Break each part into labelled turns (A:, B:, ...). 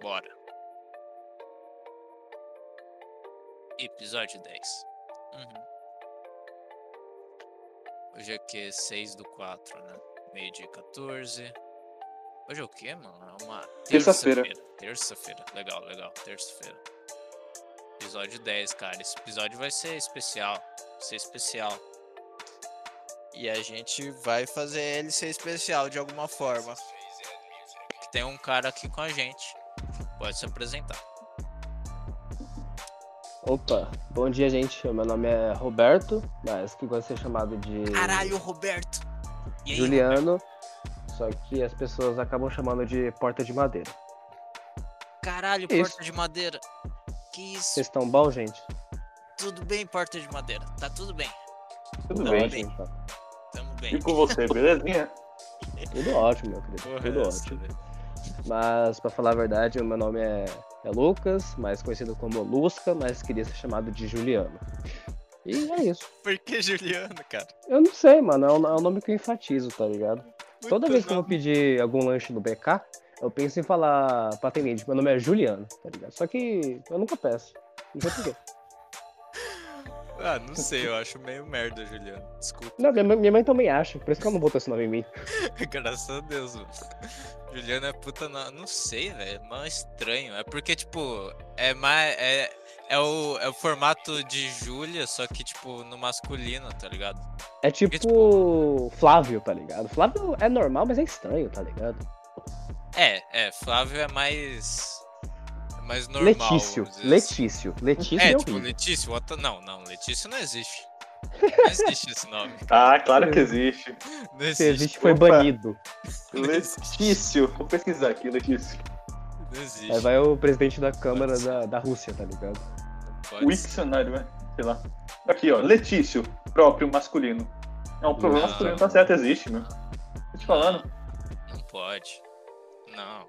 A: Bora. Episódio 10. Hoje é que? 6 do 4, né? Meio dia 14. Hoje é o que, mano? É uma
B: Terça-feira.
A: Terça-feira. Legal, legal. Terça-feira. Episódio 10, cara. Esse episódio vai ser especial. Vai ser especial. E a gente vai fazer ele ser especial de alguma forma. Tem um cara aqui com a gente. Pode se apresentar.
C: Opa, bom dia, gente. Meu nome é Roberto, mas que gosta de ser chamado de
A: Caralho, Roberto! E aí,
C: Juliano. Só que as pessoas acabam chamando de porta de madeira.
A: Caralho,
C: Isso.
A: porta de madeira. Que isso?
C: Vocês estão bom, gente?
A: Tudo bem, porta de madeira. Tá tudo bem.
B: Tudo
A: Não,
B: bem.
A: bem.
C: tá.
A: Tamo bem.
B: E com você, belezinha?
C: Tudo ótimo, meu querido.
A: Porra,
C: Tudo
A: essa, né?
C: ótimo.
A: velho.
C: Mas, pra falar a verdade, o meu nome é, é Lucas, mais conhecido como Lusca, mas queria ser chamado de Juliano. E é isso.
A: Por que Juliano, cara?
C: Eu não sei, mano. É o, é o nome que eu enfatizo, tá ligado?
A: Muito
C: Toda vez que eu vou
A: nome.
C: pedir algum lanche do BK, eu penso em falar pra atendente, meu nome é Juliano, tá ligado? Só que eu nunca peço. Não sei por quê.
A: Ah, não sei, eu acho meio merda, Juliano. Desculpa.
C: Não, minha, mãe- minha mãe também acha, por isso que ela não botou esse nome em mim.
A: Graças a Deus, mano. Juliano é puta. Não, não sei, velho. É mó estranho. É porque, tipo, é mais. É, é, o, é o formato de Júlia, só que, tipo, no masculino, tá ligado?
C: É tipo Flávio, tá ligado? Flávio é normal, mas é estranho, tá ligado?
A: É, é. Flávio é mais. É mais normal.
C: Letício,
A: vamos dizer assim.
C: Letício, Letício é,
A: É, tipo,
C: horrível.
A: Letício, what the- Não, não, Letício não existe. Não existe esse nome.
B: Ah, claro que existe.
A: Não
C: Se
A: existe.
C: existe, foi
B: Opa.
C: banido.
B: Letício. Vou pesquisar aqui, Letício.
A: Não existe.
C: Aí vai o presidente da Câmara da, da Rússia, tá ligado?
B: O
A: Pode ser.
B: dicionário, né? Sei lá. Aqui, ó. Letício. Próprio masculino. É um problema
A: Não.
B: masculino, tá certo, existe, meu. Tô te falando.
A: Não pode. Não.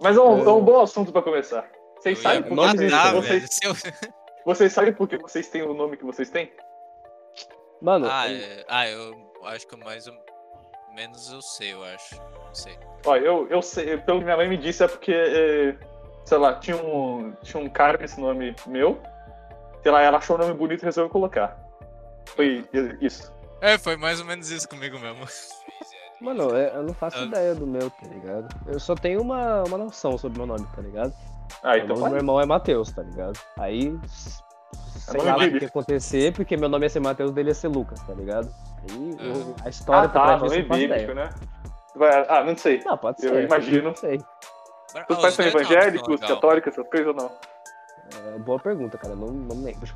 B: Mas é um, é um bom assunto pra começar. Vocês
A: Eu
B: sabem
A: ia
B: por
C: nome
B: que
C: dele,
A: matar,
C: tá?
B: vocês,
A: velho. Se eu-
B: vocês sabem por que vocês têm o nome que vocês têm?
C: Mano,
A: Ah, é- ah, eu acho que eu mais ou menos eu sei, eu acho. Não sei.
B: Ó, eu, eu sei, pelo que minha mãe me disse, é porque, é, sei lá, tinha um, tinha um cara com esse nome meu, sei lá, ela achou o nome bonito e resolveu colocar. Foi isso.
A: É, foi mais ou menos isso comigo mesmo.
C: mano, eu, eu não faço
A: Ah.
C: ideia do meu, tá ligado? Eu só tenho uma, uma noção sobre meu nome, tá ligado?
B: Ah,
C: Meu
B: então
C: nome do meu
B: fala.
C: irmão é Matheus, tá ligado? Aí, s- sei
B: É nome
C: lá o
B: bíblico.
C: que ia acontecer, porque meu nome ia ser Matheus, dele ia ser Lucas, tá ligado? Aí o-
A: Uhum.
C: a história
B: ah,
C: por
B: tá,
C: trás
B: nome
C: disso eu não faço
B: bíblico,
C: ideia.
B: né? Vai- ah, não sei.
C: Não, pode
B: Eu
C: ser.
B: imagino.
C: Não sei.
A: Bora-
B: Os
A: ah,
B: pais são
A: dois nomes são
B: evangélicos,
A: legal.
B: católicos, essas coisas ou não?
C: É, boa pergunta, cara. Não, não me lembro.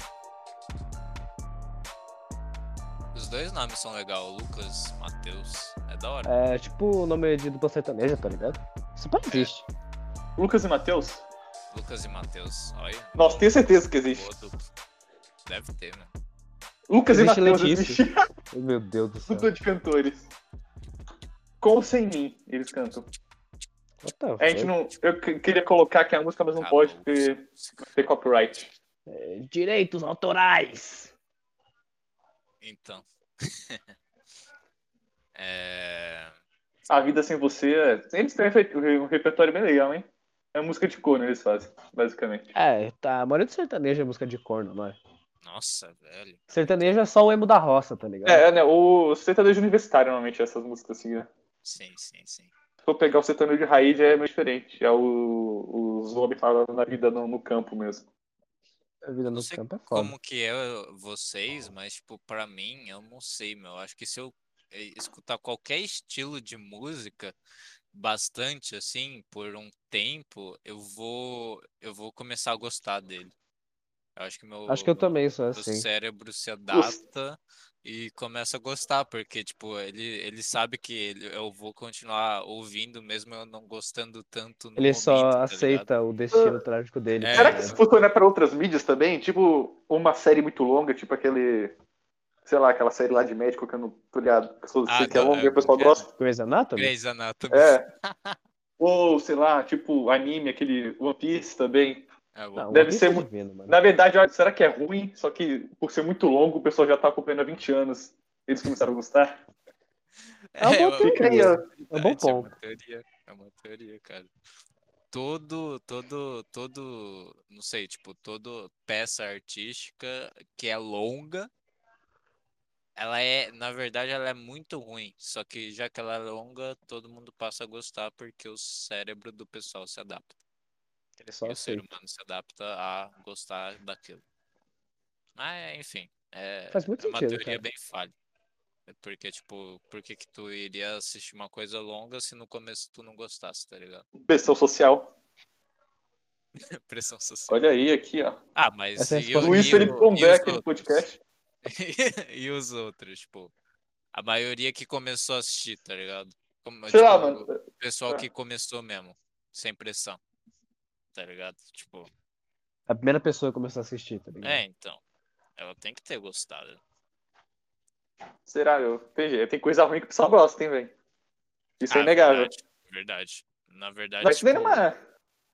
A: Os dois nomes são legais, Lucas, Matheus. É da hora.
C: É tipo o nome de dupla sertaneja, tá ligado? Isso não existe.
B: Lucas e Mateus?
C: É.
A: Lucas e Matheus. Olha.
B: Nossa, tenho certeza que existe.
A: Boa dupla. Deve ter, né?
B: Lucas
C: Existe
B: e Mateus
C: Letício.
B: existe.
C: Meu Deus do céu.
B: Dupla de cantores. Com ou sem mim, eles cantam.
C: What the
B: A gente
C: fuck?
B: não. Eu que- queria colocar aqui a música, mas não
A: Ah,
B: pode,
A: não.
B: porque tem copyright.
C: É, Direitos autorais.
A: Então. é...
B: A Vida Sem Você. é- Eles têm um refe- um repertório bem legal, hein? É música de corno eles fazem, basicamente.
C: É, tá. A maioria do sertanejo é música de corno, não é?
A: Nossa, velho.
C: Sertanejo é só o emo da roça, tá ligado?
B: É, é, né? O sertanejo universitário, normalmente, essas músicas assim, né?
A: Sim, sim, sim.
B: Se for pegar o sertanejo de raiz, já é meio diferente. É o, os homens falando na vida no, no campo mesmo.
C: A vida no
A: sei
C: campo é foda.
A: Como que é vocês, mas, tipo, pra mim, eu não sei, meu. Acho que se eu eh, escutar qualquer estilo de música bastante, assim, por um tempo, eu vou, eu vou começar a gostar dele. Eu acho que meu,
C: Acho que eu
A: meu-
C: também sou
A: o
C: assim.
A: cérebro se adapta e começa a gostar, porque, tipo, ele, ele sabe que ele- eu vou continuar ouvindo, mesmo eu não gostando tanto no
C: Ele
A: momento,
C: só
A: tá ligado?
C: aceita o destino trágico dele.
A: É.
C: tá
B: Será que
C: ligado?
B: isso funcionar pra outras mídias também? Tipo, uma série muito longa, tipo aquele. Sei lá, aquela série lá de médico que eu não tô ligado. Que, eu
A: Ah,
B: sei que é
A: não,
B: longa e
A: é-
B: o pessoal
A: é-
B: gosta.
C: Grey's Anatomy?
A: Grey's Anatomy.
B: É. Ou, sei lá, tipo, anime, aquele One Piece também.
A: É bom.
C: Não,
B: Deve
C: One Piece
B: ser
C: é
B: mu-
C: divino, mano.
B: Na verdade, olha, será que é ruim? Só que, por ser muito longo, o pessoal já tá acompanhando há 20 anos. Eles começaram a gostar.
C: É uma boa
A: eu-
C: teoria.
B: Fica aí, ó.
C: É um bom
A: verdade,
C: ponto.
A: É uma teoria, é uma teoria, cara. todo, todo, todo, não sei, tipo, toda peça artística que é longa, ela é, na verdade, ela é muito ruim. Só que já que ela é longa, todo mundo passa a gostar porque o cérebro do pessoal se adapta.
C: Ele só
A: E o ser
C: aceita.
A: humano se adapta a gostar daquilo. Mas, enfim, é,
C: Faz muito
A: é uma
C: sentido,
A: teoria
C: cara.
A: bem falha. Porque, tipo, por que que tu iria assistir uma coisa longa se no começo tu não gostasse, tá ligado?
B: Pressão social.
A: Pressão social.
B: Olha aí, aqui, ó.
A: Ah, mas
C: Essa é a
A: e, o-
C: resposta.
B: Luiz
A: e
B: Felipe
A: o- e os
B: Combeck no
A: outros?
B: podcast.
A: e os outros, tipo, a maioria que começou a assistir, tá ligado? Como,
B: Sei lá,
A: tipo,
B: mano.
A: O pessoal
B: Ah.
A: que começou mesmo, sem pressão, tá ligado? Tipo,
C: A primeira pessoa que começou a assistir,
B: Hum.
C: tá ligado?
A: é, então, ela tem que ter gostado.
B: Será, eu? Tem, jeito, tem coisa ruim que o pessoal gosta, hein, velho? Isso é
A: Ah,
B: inegável.
A: Verdade, verdade. Na verdade,
B: Mas vem
A: tipo,
B: numa.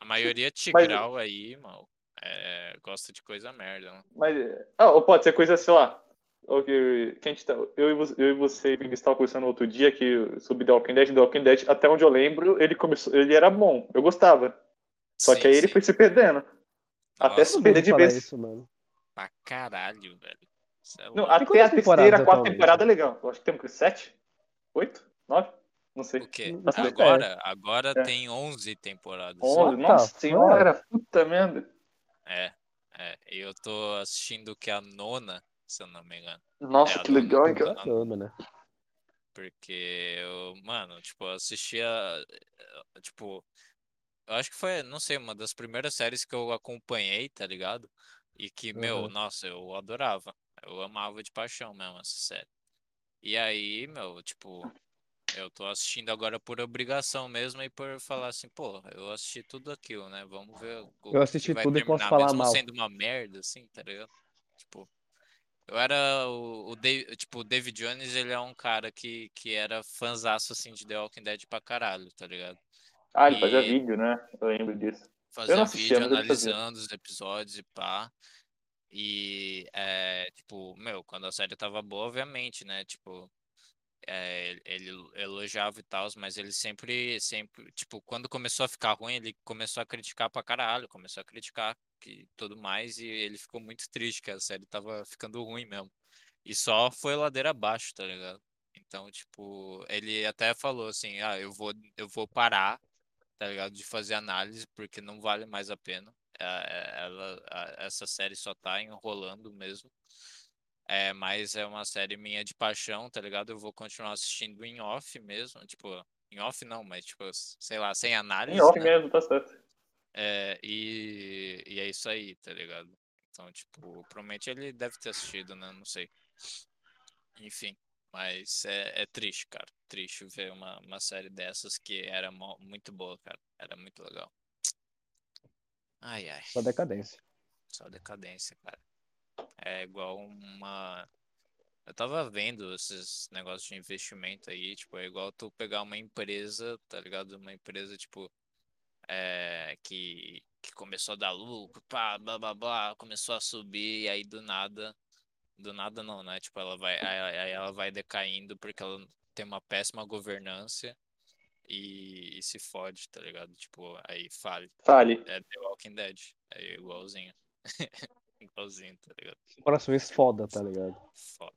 A: a maioria tigral aí, mal, é, gosta de coisa merda, né?
B: Mas, ah, ou pode ser coisa, sei lá. ou que- que a gente tá- eu, e você, eu e você Big, estava conversando outro dia que sobre The Walking Dead, The Walking Dead, até onde eu lembro, ele começou, ele era bom, eu gostava. Só
A: Sim,
B: que aí ele
A: sim.
B: foi se perdendo. até
A: Nossa,
B: se
C: Todo
B: perder
C: mundo
B: de
C: fala
B: vez.
C: isso, mano.
A: pra caralho, velho. Cê é
B: Não,
A: louco.
B: até
C: quantas
B: a terceira,
C: temporadas
B: quarta
C: atualmente?
B: temporada é legal. Eu acho que tem o quê? Sete? Oito? Nove? Não sei.
A: O quê?
C: Não sei,
A: Agora, agora
B: É.
A: tem 11 temporadas.
B: Onze?
C: What
B: Nossa
C: the
B: senhora,
C: tá.
B: puta merda.
A: É, é. E eu tô assistindo que é a nona, se eu não me engano.
B: Nossa,
A: É,
B: que legal, hein,
A: adoro.
B: cara.
A: cara.
C: Bacana, né?
A: Porque eu, mano, tipo, eu assistia. eh, Tipo, eu acho que foi, não sei, uma das primeiras séries que eu acompanhei, tá ligado? E que, meu,
C: Uhum.
A: nossa, eu adorava. Eu amava de paixão mesmo essa série. E aí, meu, tipo, eu tô assistindo agora por obrigação mesmo e por falar assim, pô, eu assisti tudo aquilo, né? Vamos ver o que
C: Eu assisti
A: vai
C: tudo e posso
A: terminar,
C: falar
A: mesmo
C: mal.
A: sendo uma merda, assim, tá ligado? Tipo, eu era o, o Dave, tipo, o David Jones, ele é um cara que, que era fanzaço, assim, de The Walking Dead pra caralho, tá ligado?
B: Ah, ele fazia
A: E-
B: vídeo, né? Eu lembro disso.
A: Fazia
B: assistia,
A: um vídeo
B: mas eu fazia.
A: analisando os episódios e pá. E, é, tipo, meu, quando a série tava boa, obviamente, né? Tipo, é, ele- ele elogiava e tal, mas ele sempre, sempre, tipo, quando começou a ficar ruim, ele começou a criticar pra caralho, começou a criticar e tudo mais, e ele ficou muito triste que a série tava ficando ruim mesmo. E só foi ladeira abaixo, tá ligado? Então, tipo, ele até falou assim, ah, eu vou, eu vou parar, tá ligado, de fazer análise, porque não vale mais a pena. É, é, Ela, a- essa série só tá enrolando mesmo. É, mas é uma série minha de paixão, tá ligado? Eu vou continuar assistindo em off mesmo, tipo, em off não, mas tipo, sei lá, sem análise,
B: Em off
A: né?
B: mesmo, tá certo.
A: É, e, e é isso aí, tá ligado? Então, tipo, provavelmente ele deve ter assistido, né? Não sei. Enfim, mas é, é triste, cara. Triste ver uma, uma série dessas que era mó- muito boa, cara. Era muito legal. Ai, ai,
C: Só decadência.
A: só decadência, cara. É igual uma. Eu tava vendo esses negócios de investimento aí, tipo, é igual tu pegar uma empresa, tá ligado? Uma empresa, tipo, é, que, que começou a dar lucro, pá, blá, blá, blá, começou a subir, e aí do nada, do nada não, né? Tipo, ela vai, aí aí ela vai decaindo porque ela tem uma péssima governança e, e se fode, tá ligado? Tipo, aí fale.
B: Fale.
A: É The Walking Dead, é igualzinho. Igualzinho, tá ligado?
C: Corações Um foda, tá ligado?
A: Foda.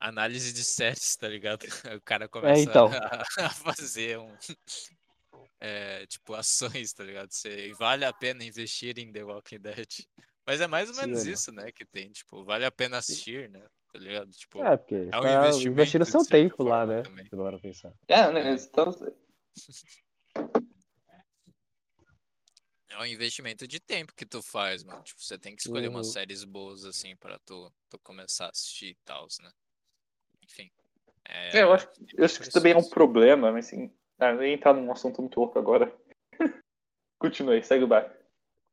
A: Análise de séries, tá ligado? O cara
C: É,
A: começa
C: então.
A: a, a fazer um. é, tipo, ações, tá ligado? Se vale a pena investir em The Walking Dead. Mas é mais ou menos
C: Sim, né?
A: isso, né? Que tem, tipo, vale a pena assistir, né? Tá ligado? Tipo,
C: É, porque
A: um
C: tá
A: investimento,
C: investindo seu
A: de certa
C: tempo lá,
A: forma,
C: né?
A: também.
C: Se não era pensar.
B: É, né? Então,
A: é um investimento de tempo que tu faz, mano. Tipo, você tem que escolher umas
C: Uhum.
A: séries boas, assim, pra tu, tu começar a assistir e tal, né? Enfim.
B: É, eu acho- Eu acho que isso também é um problema, mas assim, ah, eu ia entrar num assunto muito louco agora. Continue, segue o bar.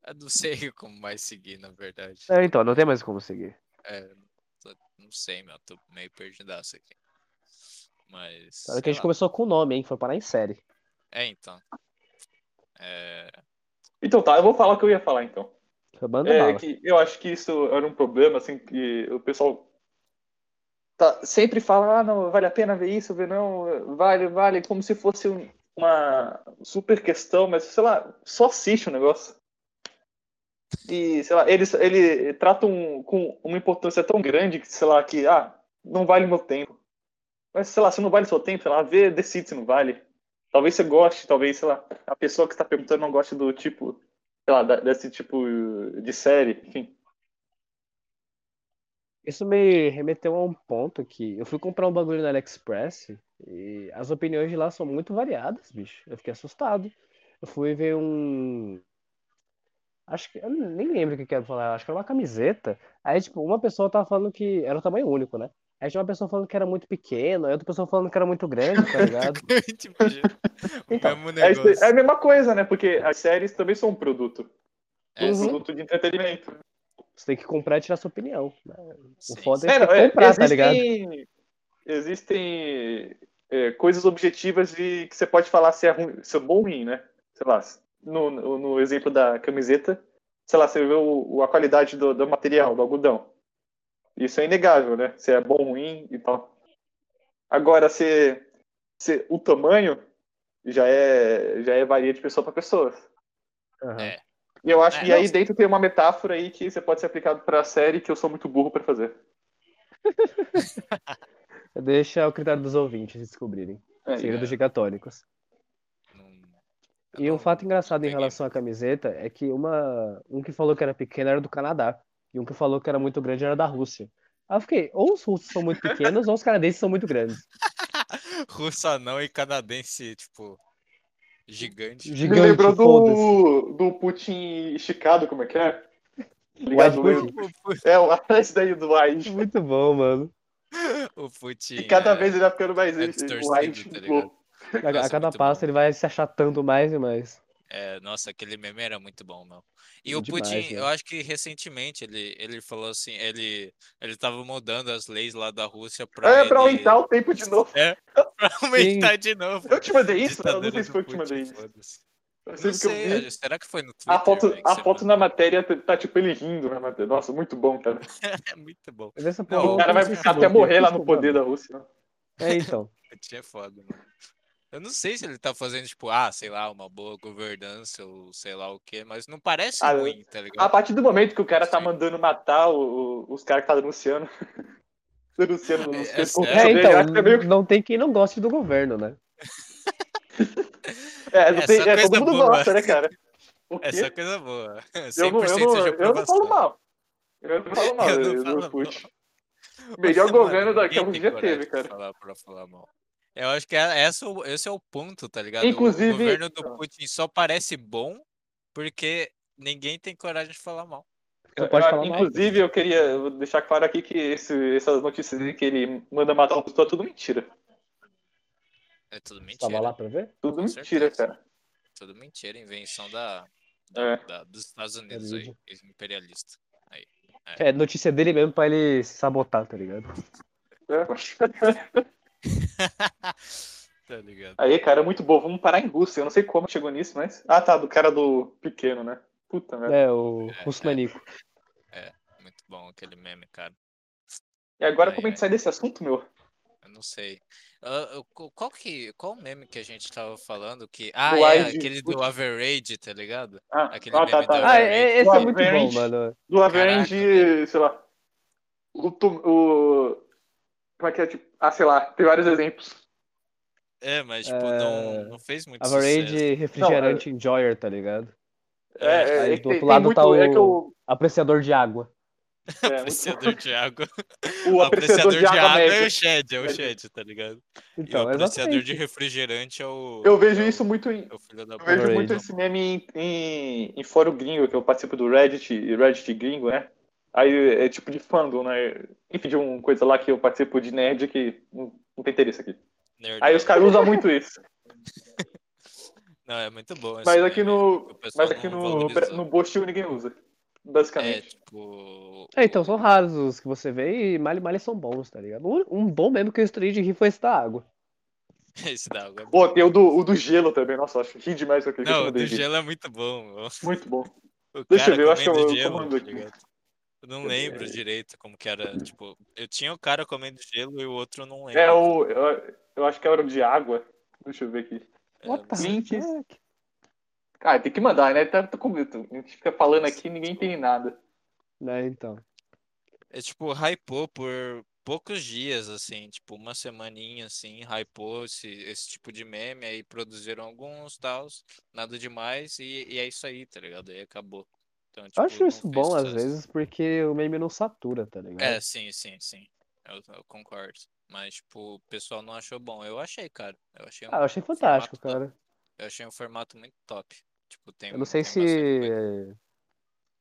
A: Eu não sei como vai seguir, na verdade.
C: É, então, não tem mais como seguir.
A: É, tô- não sei, meu. Tô meio perdidaço aqui. Mas.
C: Claro que
A: sei
C: a gente
A: lá.
C: começou com o nome, hein? Foi parar em série.
A: É, então. É,
B: Então tá, eu vou falar o que eu ia falar então.
C: Foi banda
B: É
C: bala.
B: que eu acho que isso era um problema, assim, que o pessoal tá, sempre fala, ah, não, vale a pena ver isso, ver não, vale, vale, como se fosse um, uma super questão, mas sei lá, só assiste o negócio. E, sei lá, ele, ele trata um, com uma importância tão grande que, sei lá, que, ah, não vale meu tempo. Mas, sei lá, se não vale seu tempo, sei lá, vê, decide se não vale. Talvez você goste, talvez, sei lá, a pessoa que está perguntando não goste do tipo, sei lá, da- desse tipo de série, enfim.
C: Isso me remeteu a um ponto que eu fui comprar um bagulho no AliExpress e as opiniões de lá são muito variadas, bicho. Eu fiquei assustado. Eu fui ver um. Acho que. Eu nem lembro o que que era pra falar. Acho que era uma camiseta. Aí, tipo, uma pessoa tava falando que. Era o tamanho único, né? Aí tinha uma pessoa falando que era muito pequeno, aí outra pessoa falando que era muito grande, tá ligado?
A: Tipo, já- o
C: Então,
A: mesmo
B: É,
A: negócio.
B: é a mesma coisa, né? Porque as séries também são um produto.
A: É,
B: um
C: sim.
B: produto de entretenimento.
C: Você tem que comprar e tirar sua opinião. né? O
A: sim,
C: foda
A: sim.
C: é
B: não,
C: você comprar, tá ligado?
B: existem- Existem é, coisas objetivas de que você pode falar se é, ruim, se é bom ou ruim, né? Sei lá, no, no, no exemplo da camiseta, sei lá, você vê o, o- a qualidade do, do material, do algodão. Isso é inegável, né? Se é bom ou ruim e tal. Agora, se, se o tamanho já é, já é varia de pessoa para pessoa.
C: Aham.
A: É.
B: E eu acho
A: É,
B: que aí
A: não-
B: dentro tem uma metáfora aí que você pode ser aplicado para a série que eu sou muito burro para fazer.
C: Deixa o critério dos ouvintes descobrirem.
B: É,
C: Segredos gigatônicos.
A: Não-
C: E um
B: Então,
A: não-
C: fato engraçado em
A: peguei.
C: relação à camiseta é que uma, um que falou que era pequeno era do Canadá, e um que falou que era muito grande era da Rússia. Aí eu fiquei, ou os russos são muito pequenos, ou os canadenses são muito grandes.
A: Russa não e canadense, tipo, gigante.
B: Me
C: Gigante,
B: lembrou
C: foda-se.
B: do, do Putin esticado, como é que é?
C: Ligado,
B: Ligado?
C: Putin.
B: É, o esse daí do Aish.
C: Muito bom, mano.
A: O Putin.
B: E cada
A: é,
B: vez ele vai ficando mais
A: é
B: o tipo, Aish.
A: distorcido, tá ligado?
C: A, a
A: Nossa,
C: cada
A: muito
C: passo
A: bom.
C: ele vai se achatando mais e mais.
A: É, nossa, aquele meme era muito bom, meu. E o
C: Demais,
A: Putin,
C: né?
A: eu acho que recentemente ele, ele falou assim, ele, ele tava mudando as leis lá da Rússia pra
B: É, pra
A: ele-
B: aumentar o tempo de novo.
A: pra aumentar de novo.
B: Eu te mandei isso? Eu não
A: Ditadura
B: sei se foi eu
A: do
B: que te mandei
A: Putin,
B: isso.
A: foda-se. Não
B: Eu sei porque eu
A: sei, é
B: vi.
A: olha, será que foi no Twitter?
B: A foto,
A: velho, que
B: a
A: você
B: foto na
A: mandou?
B: matéria tá, tá, tipo ele rindo na matéria. Nossa, muito bom, cara.
A: É muito bom.
C: Vê essa
A: Não,
C: porra é
B: O cara
C: no
B: vai
C: Facebook,
B: ficar até morrer lá no
C: Facebook,
B: poder da
C: mano.
B: Rússia. né?
C: É, então.
A: Putin é foda, mano. Eu não sei se ele tá fazendo, tipo, ah, sei lá, uma boa governança ou sei lá o quê, mas não parece
B: Ah,
A: ruim, tá
B: A
A: ligado?
B: partir do momento que o cara tá
A: Sim.
B: mandando matar o- o- os caras que tá denunciando. denunciando
A: É,
B: os
A: é
B: pessoas
A: sério?
C: É,
B: dele,
C: então,
B: acho que é meio
C: não tem quem não goste do governo, né?
B: É, não
A: É,
B: tem,
A: só
B: é,
A: coisa
B: todo mundo
A: boa.
B: gosta, né, cara? O quê?
A: É só coisa boa. 100%
B: eu, não, eu, não,
A: de
B: eu não falo
A: aprovação.
B: mal. Eu não falo mal
A: Eu não
B: eu-
A: falo
B: do
A: mal.
B: Putin. Melhor
A: Mano,
B: governo da, que a
A: ninguém tem
B: Rússia
A: coragem
B: teve,
A: de
B: cara.
A: Falar pra falar mal. Eu acho que é- essa, é o- esse é o ponto, tá ligado? O-
B: Inclusive- tá.
A: O governo do Putin só parece bom porque ninguém tem coragem de falar mal.
C: Não pode
B: Eu-
C: falar mal.
B: Ah, Inclusive, eu queria deixar claro aqui que esse- essas notícias aí que ele manda matar o pessoal é tudo mentira.
A: É tudo
C: Tava
A: mentira.
C: lá pra ver?
B: Tudo
A: Com
B: mentira,
A: certeza.
B: cara.
A: Tudo mentira, invenção da,
B: É.
A: da- dos Estados Unidos aí, imperialista.
C: É notícia dele mesmo pra ele se sabotar, tá ligado?
B: É.
A: Tá ligado?
B: Aí, cara, é muito bom. Vamos parar em Rússia. Eu não sei como chegou nisso, mas. Ah, tá, do cara do pequeno, né? Puta merda.
C: É, o Russo Manico.
A: Muito bom aquele meme, cara.
B: E agora,
A: Ai,
B: como a
A: ai.
B: gente sai desse assunto, meu?
A: Eu não sei. Ah, eu- qu- qual que, qual o meme que a gente tava falando que ah,
B: Do
A: é
B: Wide
A: aquele do
B: Putin.
A: Average, tá ligado?
B: Ah,
A: Aquele
B: ah, tá,
A: meme da-
B: tá.
C: Ah, é,
A: tipo,
C: esse é muito bom,
B: Avenge.
C: mano.
B: Do Avenge,
A: Caraca.
B: sei lá. O, tu- o. Como é que é? Tipo, ah, sei lá, tem vários exemplos.
A: É, mas tipo, não, não fez muito sucesso.
C: Average refrigerante
A: é
C: enjoyer, tá ligado?
B: É, é,
C: Aí
B: é
C: do
B: que
C: outro
B: tem, tem
C: lado
B: muito.
C: tá o-
B: É que eu,
C: Apreciador de água.
B: é, muito-
A: Apreciador de água. Ah,
B: o apreciador de água
A: é
B: média.
A: o Shed, é o
B: Média.
A: Shed, tá ligado? e o
C: Então,
A: apreciador
C: exatamente.
A: de refrigerante é o.
B: Eu vejo
A: é o-
B: isso muito em.
A: É o filho da
B: Eu vejo
C: Average.
B: muito esse meme em, em, em fórum gringo, que eu participo do Reddit, e Reddit gringo, né? Aí é tipo de fandom, né? Enfim, de uma coisa lá que eu participo de nerd que não, não tem interesse aqui.
A: nerd.
B: Aí os caras usam muito isso.
A: Não, é muito bom. esse
B: Mas aqui
A: meme.
B: no.
A: O pessoal
B: Mas aqui
A: não
B: no.
A: valoriza.
B: No Bostil ninguém usa.
A: É,
B: Basicamente.
A: tipo.
C: É, então, são raros os que você vê e mal e mal são bons, tá ligado? Um, um bom mesmo que eu estudei de rir foi esse da água.
A: Esse da água. é bom.
B: Pô, tem o do, o do gelo também, nossa, eu acho ri demais aquele que eu
A: Não, o
B: mandei
A: do
B: vídeo.
A: gelo é muito bom. meu.
B: Muito bom.
A: O
B: Deixa
A: cara
B: eu ver, eu acho que
A: comendo
B: eu- eu
A: gelo,
B: mando
A: tá
B: aqui.
A: ligado? Eu não lembro direito como que era. Tipo, eu tinha o cara comendo gelo e o outro eu não lembro.
B: É o. Eu, eu acho que era o de água. Deixa eu ver aqui.
C: What the
B: Link.
C: heck?
B: Ah, tem que mandar, né? Tá, tá com... A gente fica falando aqui e ninguém tem nada.
C: Né, então.
A: É tipo, hypou por poucos dias, assim, tipo, uma semaninha, assim, hypou esse, esse tipo de meme, aí produziram alguns tals, nada demais, e, e é isso aí, tá ligado? E acabou. Então, tipo,
C: Eu acho
A: não
C: isso
A: fez
C: bom às
A: sucesso.
C: vezes porque o meme não satura, tá ligado?
A: É, sim, sim, sim. Eu, eu concordo. Mas, tipo, o pessoal não achou bom. Eu achei, cara. Eu achei um,
C: Ah, eu achei fantástico,
A: formato
C: cara.
A: eu achei um formato muito top. Tipo, tem,
C: Eu não sei
A: tem
C: se
A: bastante coisa.
C: eh,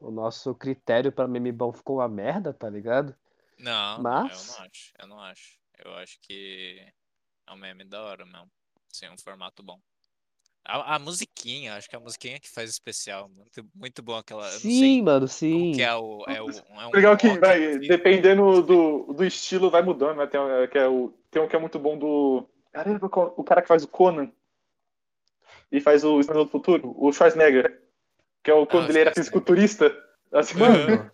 C: o nosso critério pra meme bom ficou uma merda, tá ligado?
A: Não, não, eu
C: Mas-
A: não acho. Eu não acho. Eu acho que é um meme da hora mesmo. Sim, um formato bom. A, a musiquinha, acho que a musiquinha que faz especial. Muito, muito bom aquela. Eu não sei
C: Sim, mano,
A: como
C: sim.
A: que é o. É o é um
B: Legal que
A: rock,
B: vai,
A: assim.
B: dependendo do, do estilo, vai mudando, né? Tem, um, que é o, tem um que é muito bom do. Caramba, qual- o cara que faz o Conan e faz o Estrela do Futuro, o Schwarzenegger. Que é o quando
A: Ah,
B: ele era
A: Schwarzenegger.
B: fisiculturista. Assim, mano,
C: Mano,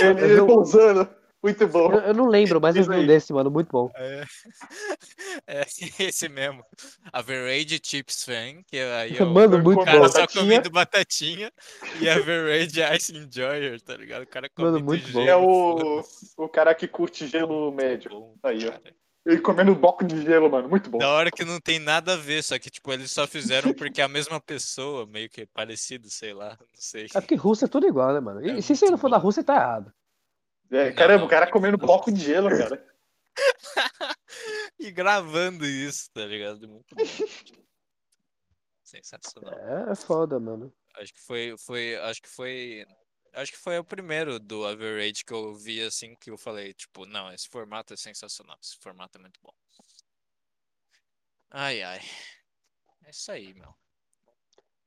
B: ele,
C: Eu
B: ele
C: não-
B: pousando. Muito bom.
C: eu, eu não lembro, mas eu
B: Diz
C: vi um
B: aí.
C: desse, mano, muito bom.
A: É, é esse mesmo. Average Chips Fan, que aí é o
C: Mano, muito
A: o
B: com
A: cara
C: bom.
A: só
B: batatinha.
A: comendo batatinha e Average Ice Enjoyer, tá ligado? O cara come
C: Mano, muito bom.
A: gelo,
B: É o,
A: foda-se,
B: o cara que curte gelo médio.
A: bom,
B: Aí, ó.
A: cara.
B: Ele comendo um bloco de gelo, mano. Muito bom.
A: Da hora que não tem nada a ver, só que, tipo, eles só fizeram porque é a mesma pessoa, meio que parecido, sei lá, não sei.
C: É porque Rússia é tudo igual, né, mano? E
A: É
C: e se você não
A: muito
C: for da
A: bom.
C: Rússia, tá errado.
B: É,
A: Não,
B: caramba,
A: não,
B: o cara
A: não.
B: comendo bloco de gelo, cara.
A: E gravando isso, tá ligado? Muito bom. Sensacional.
C: É, é foda, mano.
A: Acho que foi, foi, acho que foi, acho que foi o primeiro do Average que eu vi, assim, que eu falei, tipo, não, esse formato é sensacional, esse formato é muito bom. Ai, ai. É isso aí, meu.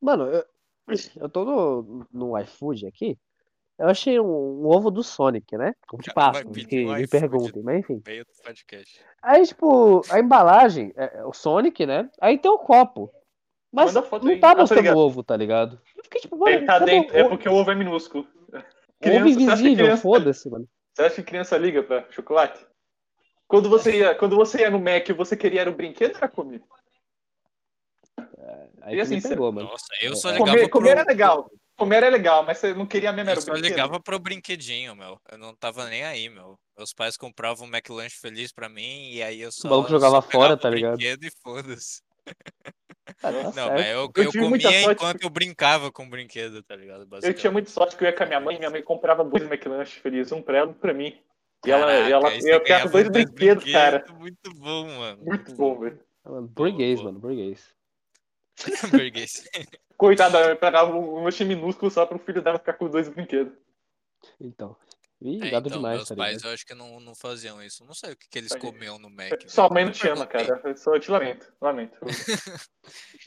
C: Mano, eu, eu tô no, no iFood aqui. Eu achei um, um ovo do Sonic, né? Ovo de
A: Cara, vai
C: Páscoa,
A: pedir
C: que
A: um
C: me
A: iFood.
C: perguntem, mas enfim.
A: Veio do podcast.
C: Aí, tipo, a embalagem, é, é o Sonic, né? Aí tem o copo. Mas
B: Manda foto
C: não
B: aí.
C: tá
B: Ah, tô
C: mostrando
B: ligado.
C: o ovo, tá ligado? Eu fiquei tipo, mano,
B: Ele tá
C: cadê
B: dentro.
C: o
B: É
C: ovo?
B: porque o ovo é minúsculo.
C: Ovo
B: Criança, você acha que
C: invisível,
B: criança-
C: foda-se, mano.
B: Você acha que criança liga pra chocolate? Quando você ia, quando você ia no Mac, você queria era o brinquedo ou era a comida?
C: Aí
B: E
C: tu
B: assim,
C: me
B: você-
C: pegou, mano.
A: Nossa, eu só
C: É.
A: ligava
B: Comer, comer
A: pro-
B: era legal. Comer era legal, mas você não queria mesmo era
A: Eu
B: o
A: só
B: brinquedo.
A: ligava pro brinquedinho, meu. Eu não tava nem aí, meu. Meus pais compravam um McLanche feliz pra mim e aí eu só.
C: O maluco jogava
A: só pegava
C: fora, tá
A: o
C: ligado?
A: brinquedo e foda-se.
C: Ah, tá
A: Não, mas
C: certo.
A: eu,
B: Eu
A: eu
B: tive muita
A: comia
B: sorte
A: enquanto eu brincava com o brinquedo, tá ligado?
B: Eu
A: Basicamente.
B: tinha muita sorte que eu ia com a minha mãe, minha mãe comprava dois McLanche felizes, um pra ela e um pra mim. E ela,
A: Caraca,
B: e ela
A: aí
B: eu
A: você
B: ia ficar
A: ganhava
B: com dois
A: dois
B: brinquedos, cara.
A: brinquedos, Muito bom, mano.
B: Muito bom, velho.
C: Mano,
A: Boa,
C: burguês,
A: boa.
C: mano, burguês.
A: Burguês.
B: Coitada, eu pegava um lanche minúsculo só pro filho dela ficar com dois brinquedos.
C: Então. Ih,
A: É,
C: gado
A: então,
C: demais,
A: meus
C: tá
A: pais
C: ligado?
A: eu acho que não, não faziam isso. Não sei o que, que eles
B: Aí.
A: comiam no Mac. velho.
B: Sua mãe não
A: Nunca
B: te ama,
A: perguntei.
B: cara. Eu só eu te lamento, lamento.